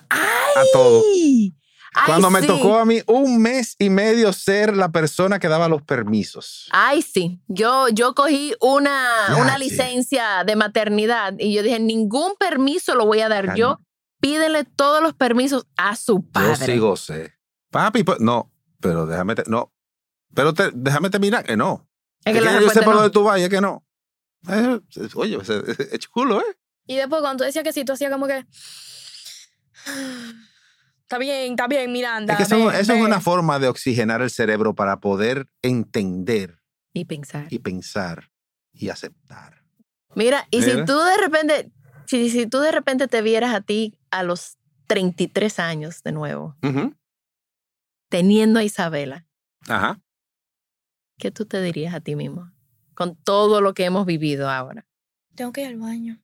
[SPEAKER 2] ¡Ay!
[SPEAKER 3] a todo.
[SPEAKER 2] ¡Ay,
[SPEAKER 3] Cuando me
[SPEAKER 2] sí!
[SPEAKER 3] tocó a mí un mes y medio ser la persona que daba los permisos.
[SPEAKER 2] Ay, sí. Yo, yo cogí una,
[SPEAKER 3] Ya,
[SPEAKER 2] una
[SPEAKER 3] Ah, sí.
[SPEAKER 2] licencia de maternidad y yo dije, ningún permiso lo voy a dar yo. Pídele todos los permisos a su
[SPEAKER 3] Yo
[SPEAKER 2] Ah, padre.
[SPEAKER 3] sí gocé. Papi, pues, no, pero déjame... te- no, pero te- déjame terminar que no.
[SPEAKER 2] Es
[SPEAKER 3] Es
[SPEAKER 2] que
[SPEAKER 3] que
[SPEAKER 2] la
[SPEAKER 3] yo sé
[SPEAKER 2] respuesta
[SPEAKER 3] por lo
[SPEAKER 2] no.
[SPEAKER 3] de tu valle que no. Eh, oye, pues, eh, es chulo, ¿eh?
[SPEAKER 4] Y después cuando tú decías que sí, tú hacías como que... Está bien, está bien, Miranda.
[SPEAKER 3] Es que eso,
[SPEAKER 4] ve,
[SPEAKER 3] eso
[SPEAKER 4] ve".
[SPEAKER 3] es una forma de oxigenar el cerebro para poder entender
[SPEAKER 2] Y pensar.
[SPEAKER 5] y pensar y aceptar.
[SPEAKER 2] Mira, y si
[SPEAKER 3] Mira.
[SPEAKER 2] tú de repente, si, si tú de repente te vieras a ti a los 33 años de nuevo,
[SPEAKER 3] Ujú.
[SPEAKER 2] teniendo a Isabela,
[SPEAKER 3] Ajá.
[SPEAKER 2] ¿qué tú te dirías a ti mismo? Con todo lo que hemos vivido ahora.
[SPEAKER 4] Tengo que ir al baño.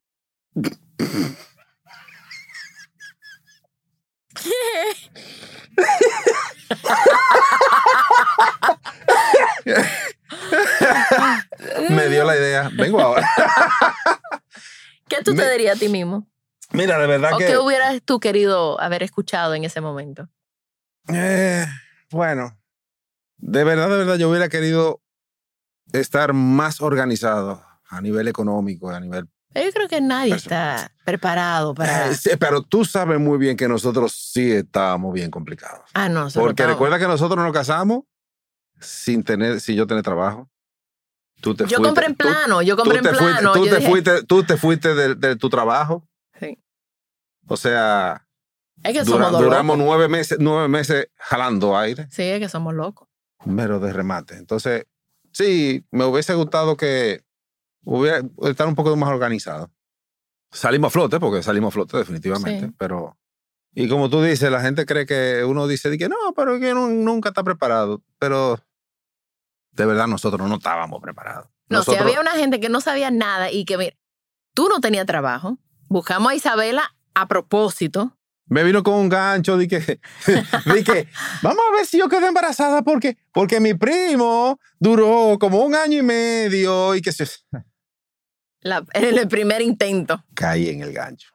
[SPEAKER 3] Me dio la idea. Vengo ahora.
[SPEAKER 2] ¿Qué tú te
[SPEAKER 3] Me-
[SPEAKER 2] dirías a ti mismo?
[SPEAKER 3] Mira, de verdad
[SPEAKER 2] ¿O
[SPEAKER 3] que.
[SPEAKER 2] Oh, qué hubieras tú querido haber escuchado en ese momento?
[SPEAKER 3] Eh, bueno, de verdad, de verdad, yo hubiera querido estar más organizado a nivel económico, a nivel...
[SPEAKER 2] Pero yo creo que nadie
[SPEAKER 3] Eso.
[SPEAKER 2] está preparado para...
[SPEAKER 3] Eh, sí, pero tú sabes muy bien que nosotros sí estábamos bien complicados.
[SPEAKER 2] Ah, no, sobre
[SPEAKER 3] Porque
[SPEAKER 2] todo.
[SPEAKER 3] recuerda que nosotros nos casamos sin tener, sin yo tener trabajo. Tú te
[SPEAKER 2] Yo
[SPEAKER 3] fuiste,
[SPEAKER 2] compré en
[SPEAKER 3] tú-
[SPEAKER 2] plano, yo
[SPEAKER 3] tú
[SPEAKER 2] compré en
[SPEAKER 3] te fuiste-
[SPEAKER 2] plano.
[SPEAKER 3] tú
[SPEAKER 2] yo
[SPEAKER 3] te
[SPEAKER 2] dije,
[SPEAKER 3] fuiste, tú te fuiste de, de tu trabajo.
[SPEAKER 2] Sí.
[SPEAKER 3] O sea,
[SPEAKER 2] es que
[SPEAKER 3] dura-
[SPEAKER 2] somos dos
[SPEAKER 3] duramos
[SPEAKER 2] locos.
[SPEAKER 3] nueve meses, nueve meses jalando aire.
[SPEAKER 2] Sí, es que somos locos.
[SPEAKER 3] mero de remate. Entonces, sí, me hubiese gustado que hubiera estar un poco más organizado. Salimos a flote, porque salimos a flote definitivamente,
[SPEAKER 2] Sí.
[SPEAKER 3] pero... Y como tú dices, la gente cree que uno dice de que no, pero es que uno nunca está preparado. Pero de verdad nosotros no estábamos preparados.
[SPEAKER 2] No,
[SPEAKER 3] nosotros,
[SPEAKER 2] si había una gente que no sabía nada y que, mira, tú no tenías trabajo, buscamos a Isabela a propósito.
[SPEAKER 3] Me vino con un gancho, de que, de que, vamos a ver si yo quedé embarazada porque, porque mi primo duró como un año y medio y que se...
[SPEAKER 2] la- en el primer intento.
[SPEAKER 3] Caí en el gancho.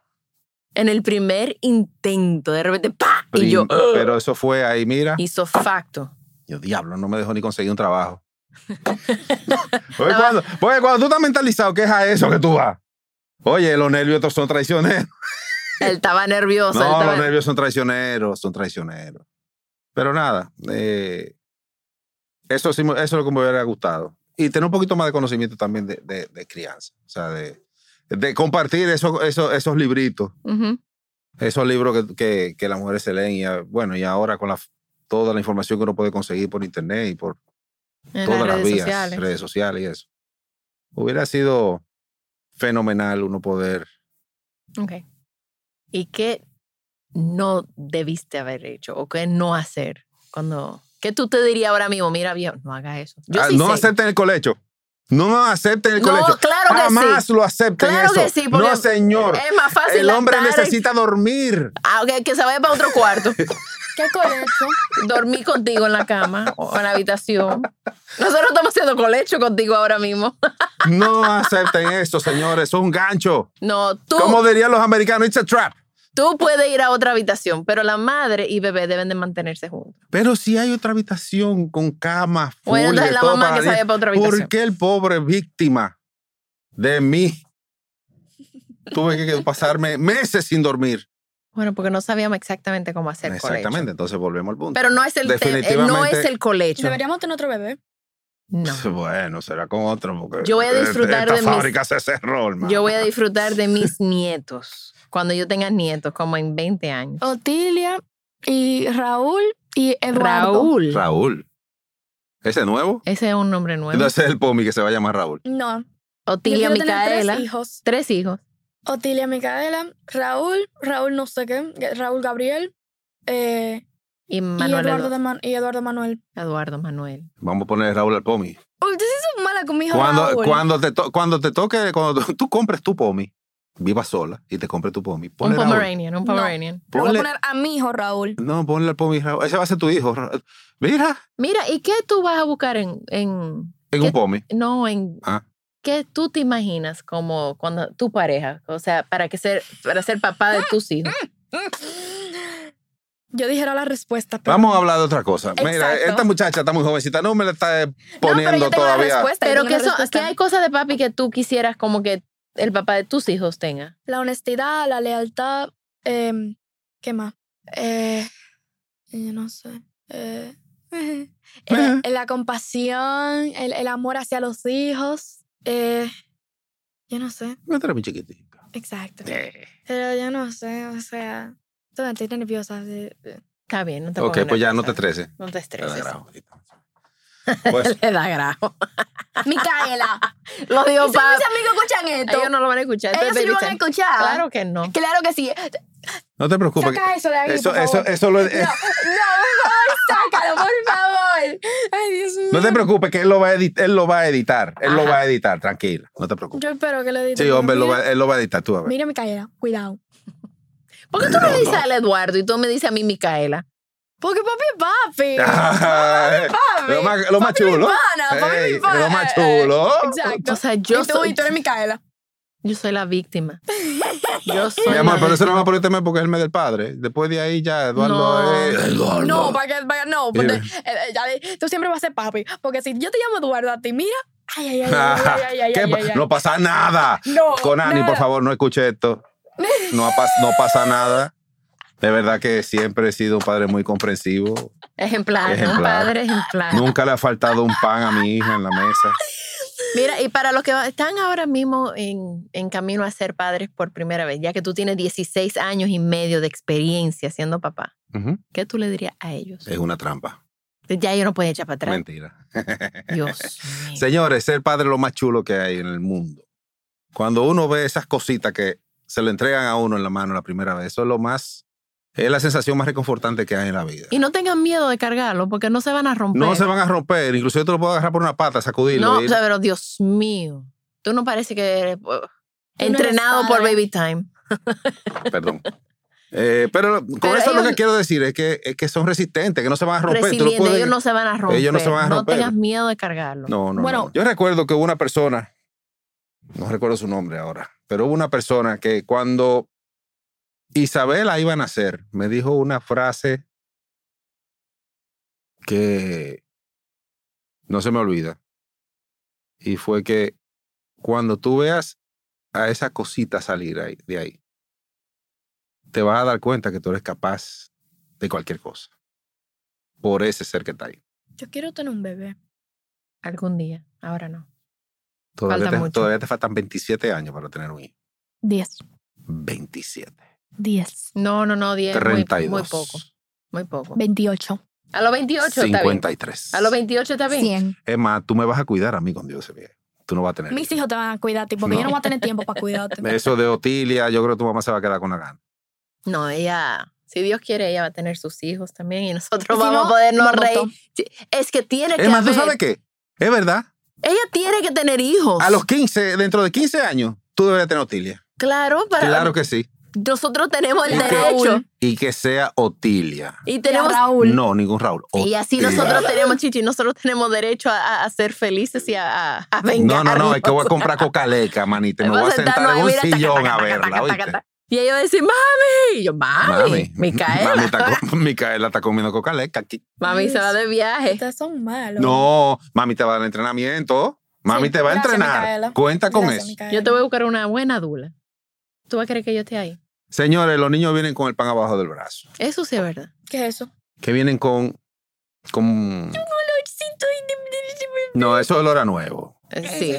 [SPEAKER 2] En el primer intento. De repente, ¡pa! Y
[SPEAKER 3] Prim-
[SPEAKER 2] yo, "Ah". "Ugh".
[SPEAKER 3] Pero eso fue ahí, mira.
[SPEAKER 2] hizo facto.
[SPEAKER 3] Yo, diablo, no me dejó ni conseguir un trabajo. porque, cuando, porque cuando tú estás mentalizado, ¿qué es a eso que tú vas? Oye, los nervios estos son traicioneros.
[SPEAKER 2] Él estaba nervioso. él
[SPEAKER 3] no,
[SPEAKER 2] estaba-
[SPEAKER 3] los nervios son traicioneros, son traicioneros. Pero nada, eh, eso, sí, me- eso es lo que me hubiera gustado. Y tener un poquito más de conocimiento también de, de- de crianza. O sea, de, de compartir esos- esos- esos libritos
[SPEAKER 2] Ujú.
[SPEAKER 3] esos libros que, que, que las mujeres se leen y ah, bueno, y ahora con la, toda la información que uno puede conseguir por internet y por
[SPEAKER 2] En
[SPEAKER 3] todas
[SPEAKER 2] las
[SPEAKER 3] las
[SPEAKER 2] redes
[SPEAKER 3] vías,
[SPEAKER 2] sociales.
[SPEAKER 3] redes sociales y eso. Hubiera sido fenomenal uno poder.
[SPEAKER 2] Ok. ¿Y qué no debiste haber hecho o qué no hacer cuando... ¿Qué tú te dirías ahora mismo? Mira, viejo, no haga eso. Yo
[SPEAKER 3] Ah,
[SPEAKER 2] sí
[SPEAKER 3] no
[SPEAKER 2] sé.
[SPEAKER 3] acepten el colegio. No nos acepten el
[SPEAKER 2] No,
[SPEAKER 3] colegio.
[SPEAKER 2] claro que
[SPEAKER 3] Jamás
[SPEAKER 2] sí.
[SPEAKER 3] lo acepten
[SPEAKER 2] Claro
[SPEAKER 3] eso.
[SPEAKER 2] que sí, porque
[SPEAKER 3] no, señor.
[SPEAKER 2] Es más fácil
[SPEAKER 3] El hombre
[SPEAKER 2] andar-
[SPEAKER 3] necesita dormir.
[SPEAKER 2] Ah, ok, que se vaya para otro cuarto.
[SPEAKER 4] ¿Qué colegio?
[SPEAKER 2] dormí contigo en la cama o en la habitación. Nosotros estamos haciendo colecho contigo ahora mismo.
[SPEAKER 3] No acepten esto, señores. Es un gancho.
[SPEAKER 2] No, tú,
[SPEAKER 3] Como dirían los americanos, it's a trap.
[SPEAKER 2] tú puedes ir a otra habitación, pero la madre y bebé deben de mantenerse juntos.
[SPEAKER 3] Pero si hay otra habitación con cama, full,
[SPEAKER 2] Bueno, entonces
[SPEAKER 3] de
[SPEAKER 2] la
[SPEAKER 3] todo
[SPEAKER 2] mamá
[SPEAKER 3] para
[SPEAKER 2] que se vaya para otra habitación.
[SPEAKER 3] ¿Por qué el pobre víctima de mí tuve que pasarme meses sin dormir?
[SPEAKER 2] Bueno, porque no sabíamos exactamente cómo hacer
[SPEAKER 3] Exactamente, entonces volvemos al punto.
[SPEAKER 2] colecho. Pero no es el te- no
[SPEAKER 3] Definitivamente-
[SPEAKER 2] es el colecho.
[SPEAKER 4] Deberíamos tener otro bebé.
[SPEAKER 2] No.
[SPEAKER 3] Bueno, será con otro. Porque
[SPEAKER 2] Yo voy a
[SPEAKER 3] este-
[SPEAKER 2] disfrutar
[SPEAKER 3] esta
[SPEAKER 2] de mis-
[SPEAKER 3] fábrica se cerró, hermano.
[SPEAKER 2] Yo voy a disfrutar de mis nietos cuando yo tenga nietos, como en 20 años.
[SPEAKER 4] Otilia y Raúl y Eduardo.
[SPEAKER 2] Raúl.
[SPEAKER 3] Raúl. ¿Ese nuevo?
[SPEAKER 2] Ese es un nombre nuevo.
[SPEAKER 3] Entonces es el Pomi que se va a llamar Raúl.
[SPEAKER 4] No. yo
[SPEAKER 2] Otilia
[SPEAKER 4] quiero tener
[SPEAKER 2] Micaela.
[SPEAKER 4] tres hijos.
[SPEAKER 2] Tres hijos.
[SPEAKER 4] Otilia Micaela, Raúl, Raúl no sé qué, Raúl Gabriel eh,
[SPEAKER 2] Y
[SPEAKER 4] y,
[SPEAKER 2] Manuel
[SPEAKER 4] Eduardo
[SPEAKER 2] Eduardo,
[SPEAKER 4] de Man- y Eduardo Manuel.
[SPEAKER 2] Eduardo Manuel.
[SPEAKER 3] Vamos a poner Raúl al Pomi.
[SPEAKER 4] Uy, ustedes son malas con mi hijo
[SPEAKER 3] Cuando,
[SPEAKER 4] Raúl.
[SPEAKER 3] cuando, te to- cuando te toque, cuando tú compres tu Pomi, viva sola y te compres tu Pomi. ponle
[SPEAKER 2] un
[SPEAKER 3] Raúl.
[SPEAKER 2] Pomeranian, un
[SPEAKER 4] No.
[SPEAKER 2] Pomeranian.
[SPEAKER 4] Le voy a
[SPEAKER 3] Ponle-
[SPEAKER 4] poner a mi hijo Raúl.
[SPEAKER 3] No, ponle al pomi. Raúl. Ese va a ser tu hijo. Ra- Mira,
[SPEAKER 2] Mira, ¿y qué tú vas a buscar en, en ¿Qué?
[SPEAKER 3] en un pomi.
[SPEAKER 2] no, en
[SPEAKER 3] Ah.
[SPEAKER 2] qué tú te imaginas como cuando tu pareja, o sea, para que ser, para ser papá de tus hijos?
[SPEAKER 4] Yo dijera la respuesta. Pero...
[SPEAKER 3] Vamos a hablar de otra cosa. Mira,
[SPEAKER 4] Exacto.
[SPEAKER 3] esta muchacha está muy jovencita. No me la está eh, poniendo
[SPEAKER 4] no, pero yo tengo La
[SPEAKER 3] todavía.
[SPEAKER 4] respuesta, yo
[SPEAKER 2] Pero
[SPEAKER 4] tengo
[SPEAKER 2] que,
[SPEAKER 4] la
[SPEAKER 2] eso,
[SPEAKER 4] respuesta.
[SPEAKER 2] que hay cosas de papi que tú quisieras como que el papá de tus hijos tenga.
[SPEAKER 4] La honestidad, la lealtad, em, ¿qué más? Eh, yo no sé. eh, el- el- la compasión, el, el amor hacia los hijos. eh, yo no sé,
[SPEAKER 3] Métela, mi chiquitica.
[SPEAKER 4] exacto.
[SPEAKER 3] Eh.
[SPEAKER 4] Pero yo no sé, o sea, todavía estoy nerviosa. sí, eh.
[SPEAKER 2] Está bien, no te
[SPEAKER 3] Ok,
[SPEAKER 2] pongas
[SPEAKER 3] pues ya no te
[SPEAKER 2] nerviosa.
[SPEAKER 3] estreses.
[SPEAKER 2] No te estreses.
[SPEAKER 3] Pues,
[SPEAKER 2] Le da grajo.
[SPEAKER 6] Micaela.
[SPEAKER 2] Lo
[SPEAKER 6] Y si
[SPEAKER 2] digo
[SPEAKER 6] mis
[SPEAKER 2] para...
[SPEAKER 6] amigos escuchan esto,
[SPEAKER 2] Ellos no lo van a escuchar.
[SPEAKER 6] ellos
[SPEAKER 2] esto es
[SPEAKER 6] sí lo
[SPEAKER 2] Baby
[SPEAKER 6] van a
[SPEAKER 2] Time.
[SPEAKER 6] escuchar.
[SPEAKER 2] Claro que no.
[SPEAKER 6] Claro que sí.
[SPEAKER 3] No te preocupes.
[SPEAKER 6] Saca eso de ahí, por
[SPEAKER 3] Eso,
[SPEAKER 6] favor.
[SPEAKER 3] eso, eh. eso lo-
[SPEAKER 6] No, no, por favor, sácalo, por favor. Ay, Dios mío.
[SPEAKER 3] no te preocupes que él lo va a editar, él lo va a editar, él lo va a editar, tranquila, no te preocupes.
[SPEAKER 4] Yo espero que le edite.
[SPEAKER 3] Sí, hombre, lo va-
[SPEAKER 4] Mira,
[SPEAKER 3] él lo va a editar, tú a ver.
[SPEAKER 4] mira Micaela, cuidado.
[SPEAKER 2] ¿Por qué tú me dices al Eduardo y tú me dices a mí Micaela?
[SPEAKER 4] Porque papi es papi.
[SPEAKER 3] Ay, lo más, lo más
[SPEAKER 6] Papi
[SPEAKER 3] chulo.
[SPEAKER 6] Nirvana, papi
[SPEAKER 3] Ey,
[SPEAKER 6] Nirvana.
[SPEAKER 3] lo más
[SPEAKER 6] Eh, eh,
[SPEAKER 3] chulo.
[SPEAKER 6] Exacto.
[SPEAKER 2] O sea, yo
[SPEAKER 6] y tú,
[SPEAKER 2] soy-
[SPEAKER 6] y tú eres Micaela.
[SPEAKER 2] Yo soy la víctima. Yo soy
[SPEAKER 3] Mi
[SPEAKER 2] la
[SPEAKER 3] amor, pero
[SPEAKER 2] víctima.
[SPEAKER 3] eso no va por el tema porque es el mes del padre. Después de ahí ya Eduardo eh,
[SPEAKER 2] No.
[SPEAKER 3] es. Eduardo.
[SPEAKER 4] No, para que, para que- no,
[SPEAKER 3] Oh, Dime.
[SPEAKER 4] porque, eh, eh, ya le- tú siempre vas a ser papi. Porque si yo te llamo Eduardo a ti, mira. Ay, ay, ay, ay, ay, ay, ay,
[SPEAKER 3] ¿Qué
[SPEAKER 4] ay,
[SPEAKER 3] pa-
[SPEAKER 4] ay, ay.
[SPEAKER 3] No pasa nada.
[SPEAKER 4] No,
[SPEAKER 3] Conani,
[SPEAKER 4] nada.
[SPEAKER 3] por favor, no escuche esto. No, ha pas- no pasa nada. De verdad que siempre he sido un padre muy comprensivo.
[SPEAKER 2] Ejemplar, ¿no?
[SPEAKER 3] Ejemplar.
[SPEAKER 2] padre
[SPEAKER 4] Ah.
[SPEAKER 2] ejemplar.
[SPEAKER 3] Nunca le ha faltado un pan a mi hija en la mesa.
[SPEAKER 2] Mira, y para los que va- están ahora mismo en, en camino a ser padres por primera vez, ya que tú tienes 16 años y medio de experiencia siendo papá,
[SPEAKER 3] Ujú.
[SPEAKER 2] ¿qué tú le dirías a ellos?
[SPEAKER 3] Es una trampa.
[SPEAKER 2] Ya ellos no pueden echar para atrás.
[SPEAKER 3] Mentira.
[SPEAKER 2] Dios mío.
[SPEAKER 3] Señores, ser padre es lo más chulo que hay en el mundo. Cuando uno ve esas cositas que se le entregan a uno en la mano la primera vez, eso es lo más. Es la sensación más reconfortante que hay en la vida.
[SPEAKER 2] Y no tengan miedo de cargarlo porque no se van a romper.
[SPEAKER 3] No se van a romper. Incluso yo te lo puedo agarrar por una pata, sacudirlo.
[SPEAKER 2] No,
[SPEAKER 3] y-
[SPEAKER 2] o sea, pero Dios mío. Tú no parece que eres eh,
[SPEAKER 6] eres
[SPEAKER 2] entrenado por
[SPEAKER 6] padre.
[SPEAKER 2] Baby Time.
[SPEAKER 3] Perdón. Eh, pero con
[SPEAKER 2] Pero
[SPEAKER 3] eso lo
[SPEAKER 2] ellos-
[SPEAKER 3] que quiero decir es que, es que son resistentes, que no se van a romper. pues, Tú lo
[SPEAKER 2] Resiliente,
[SPEAKER 3] puedes-
[SPEAKER 2] ellos no se van a romper.
[SPEAKER 3] Ellos no se van a romper.
[SPEAKER 2] tengas miedo de cargarlo.
[SPEAKER 3] No, no,
[SPEAKER 4] Bueno.
[SPEAKER 3] no. Yo recuerdo que hubo una persona, no recuerdo su nombre ahora, pero hubo una persona que cuando Isabela iba a nacer, me dijo una frase que no se me olvida. Y fue que cuando tú veas a esa cosita salir ahí- de ahí, te vas a dar cuenta que tú eres capaz de cualquier cosa por ese ser que está ahí.
[SPEAKER 4] Yo quiero tener un bebé.
[SPEAKER 2] Algún día, ahora no.
[SPEAKER 3] Todavía,
[SPEAKER 2] Falta
[SPEAKER 3] te,
[SPEAKER 2] mucho.
[SPEAKER 3] todavía te faltan 27 años para tener un hijo.
[SPEAKER 4] Diez.
[SPEAKER 3] 27.
[SPEAKER 4] Diez.
[SPEAKER 2] No, no, no, 10. Muy,
[SPEAKER 3] 32.
[SPEAKER 2] muy poco, muy poco.
[SPEAKER 4] Veintiocho.
[SPEAKER 2] A los 28 está bien.
[SPEAKER 3] 53.
[SPEAKER 2] A los 28 está bien.
[SPEAKER 6] Cien.
[SPEAKER 3] Es más, tú me vas a cuidar a mí con Dios, Sevilla. Tú no vas a tener.
[SPEAKER 4] Mis hijos te van a cuidar, tipo, porque
[SPEAKER 3] No.
[SPEAKER 4] yo no voy a tener tiempo para cuidarte.
[SPEAKER 3] Eso de Otilia, yo creo que tu mamá se va a quedar con la gana.
[SPEAKER 2] No, ella, si Dios quiere, ella va a tener sus hijos también y nosotros
[SPEAKER 6] Y si
[SPEAKER 2] vamos
[SPEAKER 6] no,
[SPEAKER 2] a podernos
[SPEAKER 6] nos
[SPEAKER 2] reír.
[SPEAKER 6] votó.
[SPEAKER 2] Sí, Es que tiene que
[SPEAKER 3] Es más, ¿tú
[SPEAKER 2] haber-
[SPEAKER 3] sabes qué? Es verdad.
[SPEAKER 2] Ella tiene que tener hijos.
[SPEAKER 3] A los 15, dentro de 15 años, tú deberías tener Otilia.
[SPEAKER 2] Claro, para
[SPEAKER 3] Claro que sí.
[SPEAKER 2] nosotros tenemos el
[SPEAKER 3] Y que-
[SPEAKER 2] derecho
[SPEAKER 3] Y que sea Otilia.
[SPEAKER 2] y tenemos
[SPEAKER 6] Y a Raúl.
[SPEAKER 3] No, ningún Raúl.
[SPEAKER 2] y así
[SPEAKER 3] Otilia.
[SPEAKER 2] nosotros tenemos chichi, nosotros tenemos derecho a, a- a ser felices y a, a, a
[SPEAKER 3] No, no, no, es que voy a
[SPEAKER 2] vengarnos.
[SPEAKER 3] comprar cocaleca, manito. y Me
[SPEAKER 2] Vamos
[SPEAKER 3] voy a sentar
[SPEAKER 2] sentarnos
[SPEAKER 3] en
[SPEAKER 2] ahí,
[SPEAKER 3] un
[SPEAKER 2] mira, taca,
[SPEAKER 3] sillón
[SPEAKER 2] taca,
[SPEAKER 3] a
[SPEAKER 2] taca,
[SPEAKER 3] verla,
[SPEAKER 2] taca,
[SPEAKER 3] ¿oíste?
[SPEAKER 2] taca. Y ella va a decir, mami. Y yo, mami. Micaela.
[SPEAKER 3] Mami
[SPEAKER 2] Mami,
[SPEAKER 3] está, co- Micaela está comiendo cocaleca aquí.
[SPEAKER 2] se va de viaje.
[SPEAKER 4] Ustedes son malos.
[SPEAKER 3] No, mami te va a dar entrenamiento. Mami
[SPEAKER 4] Sí,
[SPEAKER 3] te va a
[SPEAKER 4] gracias,
[SPEAKER 3] entrenar.
[SPEAKER 4] Micaela.
[SPEAKER 3] Cuenta con
[SPEAKER 4] Gracias,
[SPEAKER 3] eso.
[SPEAKER 4] Micaela.
[SPEAKER 2] Yo te voy a buscar una buena dula. ¿Tú vas a creer que yo esté ahí?
[SPEAKER 3] Señores, los niños vienen con el pan abajo del brazo.
[SPEAKER 2] Eso sí es verdad.
[SPEAKER 4] ¿Qué es eso?
[SPEAKER 3] Que vienen con. con... No, eso es olor a nuevo.
[SPEAKER 2] Eh, Sí.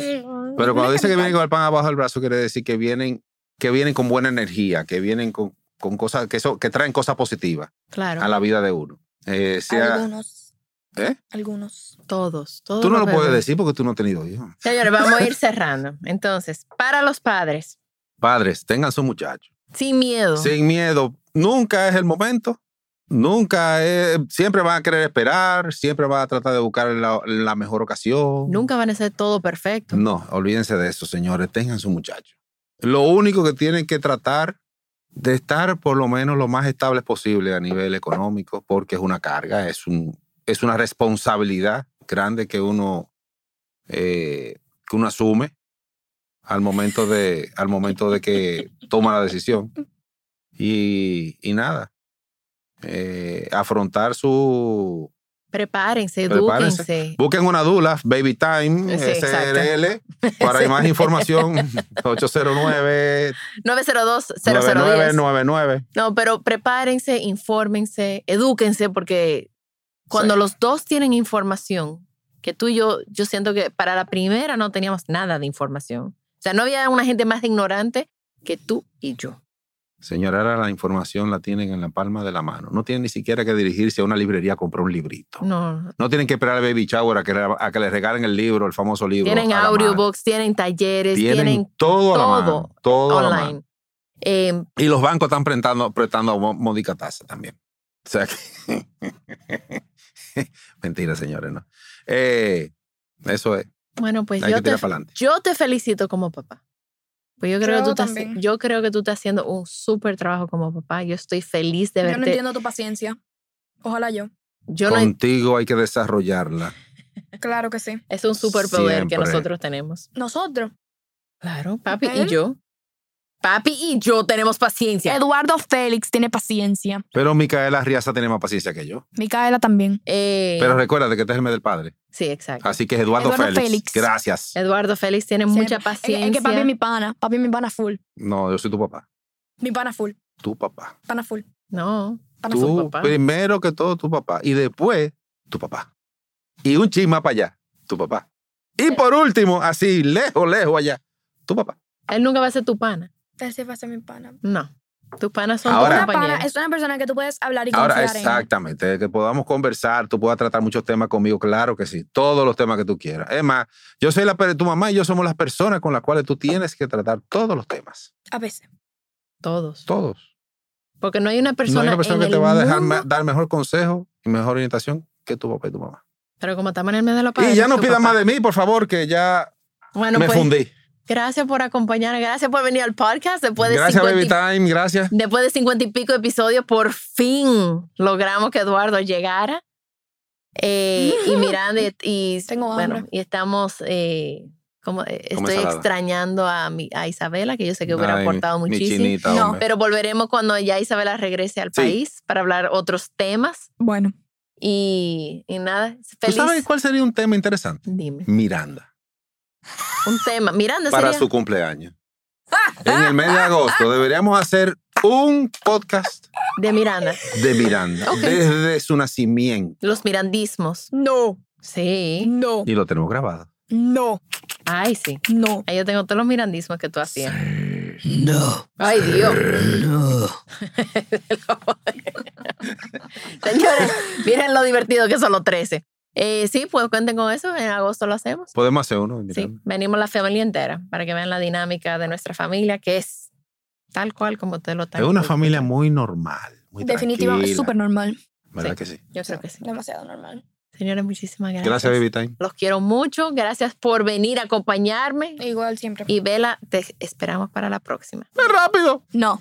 [SPEAKER 3] Pero cuando dice que vienen con el pan abajo del brazo, quiere decir que vienen, que vienen con buena energía, que vienen con, con cosas, que, son- que traen cosas positivas
[SPEAKER 2] Claro.
[SPEAKER 3] a la vida de uno. Eh, sea,
[SPEAKER 4] Algunos.
[SPEAKER 3] ¿Eh?
[SPEAKER 4] Algunos.
[SPEAKER 2] Todos, todos.
[SPEAKER 3] tú no
[SPEAKER 2] los
[SPEAKER 3] lo puedes
[SPEAKER 2] bebés.
[SPEAKER 3] decir porque tú no has tenido hijos.
[SPEAKER 2] Señores, vamos a ir cerrando. Entonces, para los padres,
[SPEAKER 3] Padres, tengan su muchacho.
[SPEAKER 2] sin miedo.
[SPEAKER 3] Sin miedo. Nunca es el momento. Nunca es. Siempre van a querer esperar. Siempre van a tratar de buscar la, la mejor ocasión.
[SPEAKER 2] Nunca van a ser todo perfecto.
[SPEAKER 3] No, olvídense de eso, señores. Tengan su muchacho. Lo único que tienen que tratar de estar por lo menos lo más estables posible a nivel económico, porque es una carga, es, un, es una responsabilidad grande que uno, eh, que uno asume al momento, de, al momento de que toma la decisión. Y, y nada, eh, afrontar su...
[SPEAKER 2] Prepárense,
[SPEAKER 3] Prepárense.
[SPEAKER 2] edúquense.
[SPEAKER 3] Busquen una Dula, Baby Time,
[SPEAKER 2] Sí, exacto.
[SPEAKER 3] SRL. Para más información, 809
[SPEAKER 2] 902-0010.
[SPEAKER 3] 9999
[SPEAKER 2] No, pero prepárense, infórmense, edúquense, porque cuando
[SPEAKER 3] Sí.
[SPEAKER 2] los dos tienen información, que tú y yo, yo siento que para la primera no teníamos nada de información. O sea, no había una gente más ignorante que tú y yo.
[SPEAKER 3] Señora, ahora la información la tienen en la palma de la mano. No tienen ni siquiera que dirigirse a una librería a comprar un librito.
[SPEAKER 2] No.
[SPEAKER 3] No tienen que esperar al baby shower a que, le- a que les regalen el libro, el famoso libro.
[SPEAKER 2] Tienen
[SPEAKER 3] a la mano.
[SPEAKER 2] Audiobooks, tienen talleres,
[SPEAKER 3] Tienen,
[SPEAKER 2] tienen,
[SPEAKER 3] todo, a la mano,
[SPEAKER 2] todo
[SPEAKER 3] todo a la mano.
[SPEAKER 2] online. Eh,
[SPEAKER 3] Y los bancos están prestando, prestando a mo- módica tasa también. O sea que... Mentira, señores, ¿no? Eh, eso es.
[SPEAKER 2] bueno, pues
[SPEAKER 3] Hay que
[SPEAKER 2] yo te,
[SPEAKER 3] tirar para adelante.
[SPEAKER 2] yo te felicito como papá. Pues yo creo,
[SPEAKER 4] Yo
[SPEAKER 2] que tú estás,
[SPEAKER 4] también.
[SPEAKER 2] yo creo que tú estás haciendo un súper trabajo como papá. Yo estoy feliz de
[SPEAKER 4] Yo no
[SPEAKER 2] verte.
[SPEAKER 4] entiendo tu paciencia. Ojalá yo.
[SPEAKER 2] Yo no en-
[SPEAKER 3] Contigo hay que desarrollarla.
[SPEAKER 4] Claro que sí.
[SPEAKER 2] es un superpoder que
[SPEAKER 3] Siempre.
[SPEAKER 2] nosotros tenemos.
[SPEAKER 4] Nosotros.
[SPEAKER 2] Claro, papi
[SPEAKER 4] Él-
[SPEAKER 2] y yo. Papi y yo tenemos paciencia.
[SPEAKER 4] Eduardo Félix tiene paciencia.
[SPEAKER 3] Pero Micaela Riaza tiene más paciencia que yo.
[SPEAKER 4] Micaela también.
[SPEAKER 2] Eh,
[SPEAKER 3] Pero recuérdate que este es el mes del padre.
[SPEAKER 2] sí, exacto.
[SPEAKER 3] Así que es Eduardo,
[SPEAKER 4] Eduardo
[SPEAKER 3] Félix.
[SPEAKER 4] Félix.
[SPEAKER 3] Gracias.
[SPEAKER 2] Eduardo Félix tiene mucha
[SPEAKER 4] Es que-
[SPEAKER 2] paciencia.
[SPEAKER 4] Es que papi es mi pana. Papi es mi pana full.
[SPEAKER 3] No, yo soy tu papá.
[SPEAKER 4] Mi pana full.
[SPEAKER 3] Tu papá.
[SPEAKER 4] Pana full.
[SPEAKER 2] No,
[SPEAKER 4] Pana full.
[SPEAKER 3] Tú,
[SPEAKER 2] papá.
[SPEAKER 3] primero que todo, tu papá. Y después, tu papá. Y un chisme para allá, tu papá. Y por último, así, lejos, lejos allá, tu papá.
[SPEAKER 2] él nunca va a ser tu pana.
[SPEAKER 4] Él se va a ser mi pana.
[SPEAKER 2] No. Tus panas son
[SPEAKER 3] Ahora-
[SPEAKER 2] tus
[SPEAKER 4] Una pana
[SPEAKER 2] compañeros.
[SPEAKER 4] es una persona que tú puedes hablar y
[SPEAKER 3] Ahora,
[SPEAKER 4] confiar en.
[SPEAKER 3] exactamente, que podamos conversar, tú puedas tratar muchos temas conmigo, claro que sí, todos los temas que tú quieras. Es más, yo soy la, per- tu mamá y yo somos las personas con las cuales tú tienes que tratar todos los temas,
[SPEAKER 4] A veces.
[SPEAKER 2] Todos.
[SPEAKER 3] todos.
[SPEAKER 2] Porque no hay una
[SPEAKER 3] no
[SPEAKER 2] persona,
[SPEAKER 3] hay una persona
[SPEAKER 2] en
[SPEAKER 3] que te
[SPEAKER 2] el
[SPEAKER 3] va a dejar me-
[SPEAKER 2] mundo-
[SPEAKER 3] dar mejor consejo y mejor orientación que tu papá y tu mamá.
[SPEAKER 2] Pero como estamos en el medio de la
[SPEAKER 3] y ya no pidas más de mí, por favor, que ya
[SPEAKER 2] Bueno,
[SPEAKER 3] me
[SPEAKER 2] pues
[SPEAKER 3] fundí.
[SPEAKER 2] gracias por acompañar. Gracias por venir al podcast. Después de,
[SPEAKER 3] Gracias,
[SPEAKER 2] 50,
[SPEAKER 3] Baby
[SPEAKER 2] y-
[SPEAKER 3] Time, gracias.
[SPEAKER 2] después de 50 y pico episodios, por fin logramos que Eduardo llegara. Eh, y Miranda y, y-
[SPEAKER 4] Tengo
[SPEAKER 2] bueno,
[SPEAKER 4] hambre.
[SPEAKER 2] y estamos eh, como eh,
[SPEAKER 3] Come
[SPEAKER 2] estoy
[SPEAKER 3] ensalada.
[SPEAKER 2] extrañando a, mi- a Isabela, que yo sé que hubiera
[SPEAKER 3] Ay, mi-
[SPEAKER 2] aportado
[SPEAKER 3] mi
[SPEAKER 2] muchísimo.
[SPEAKER 3] chinita,
[SPEAKER 4] No,
[SPEAKER 3] hombre.
[SPEAKER 2] Pero volveremos cuando ya Isabela regrese al
[SPEAKER 3] Sí.
[SPEAKER 2] país para hablar otros temas.
[SPEAKER 4] Bueno.
[SPEAKER 2] Y, y nada,
[SPEAKER 3] ¿Tú
[SPEAKER 2] feliz.
[SPEAKER 3] sabes cuál sería un tema interesante?
[SPEAKER 2] Dime,
[SPEAKER 3] Miranda.
[SPEAKER 2] un tema. Miranda,
[SPEAKER 3] para
[SPEAKER 2] Este sería-
[SPEAKER 3] su cumpleaños. En el mes de agosto deberíamos hacer un podcast
[SPEAKER 2] de Miranda.
[SPEAKER 3] de Miranda
[SPEAKER 2] Ok.
[SPEAKER 3] desde su nacimiento
[SPEAKER 2] Los mirandismos.
[SPEAKER 4] No.
[SPEAKER 2] Sí.
[SPEAKER 4] No.
[SPEAKER 3] y lo tenemos grabado.
[SPEAKER 4] No.
[SPEAKER 2] Ay, sí.
[SPEAKER 4] No.
[SPEAKER 2] Ahí yo tengo todos los mirandismos que tú hacías.
[SPEAKER 5] No,
[SPEAKER 2] Ay, Dios.
[SPEAKER 5] no.
[SPEAKER 2] Señores, miren lo divertido que son los 13. Eh, sí, pues cuenten con eso. En agosto lo hacemos.
[SPEAKER 3] Podemos hacer uno de
[SPEAKER 2] Sí,
[SPEAKER 3] Miranda.
[SPEAKER 2] venimos la familia entera para que vean la dinámica de nuestra familia, que es tal cual como ustedes lo están.
[SPEAKER 3] Es una
[SPEAKER 2] escuchando.
[SPEAKER 3] familia muy normal, muy
[SPEAKER 4] Definitivamente.
[SPEAKER 3] tranquila.
[SPEAKER 4] Súper normal.
[SPEAKER 3] ¿Verdad
[SPEAKER 2] Sí.
[SPEAKER 3] que sí?
[SPEAKER 2] Yo creo que sí.
[SPEAKER 4] Demasiado normal.
[SPEAKER 2] Señores, muchísimas gracias.
[SPEAKER 3] Gracias, Baby Time.
[SPEAKER 2] Los quiero mucho. Gracias por venir a acompañarme.
[SPEAKER 4] Igual siempre.
[SPEAKER 2] Y Vela, te esperamos para la próxima.
[SPEAKER 3] ¡Ve rápido!
[SPEAKER 4] No.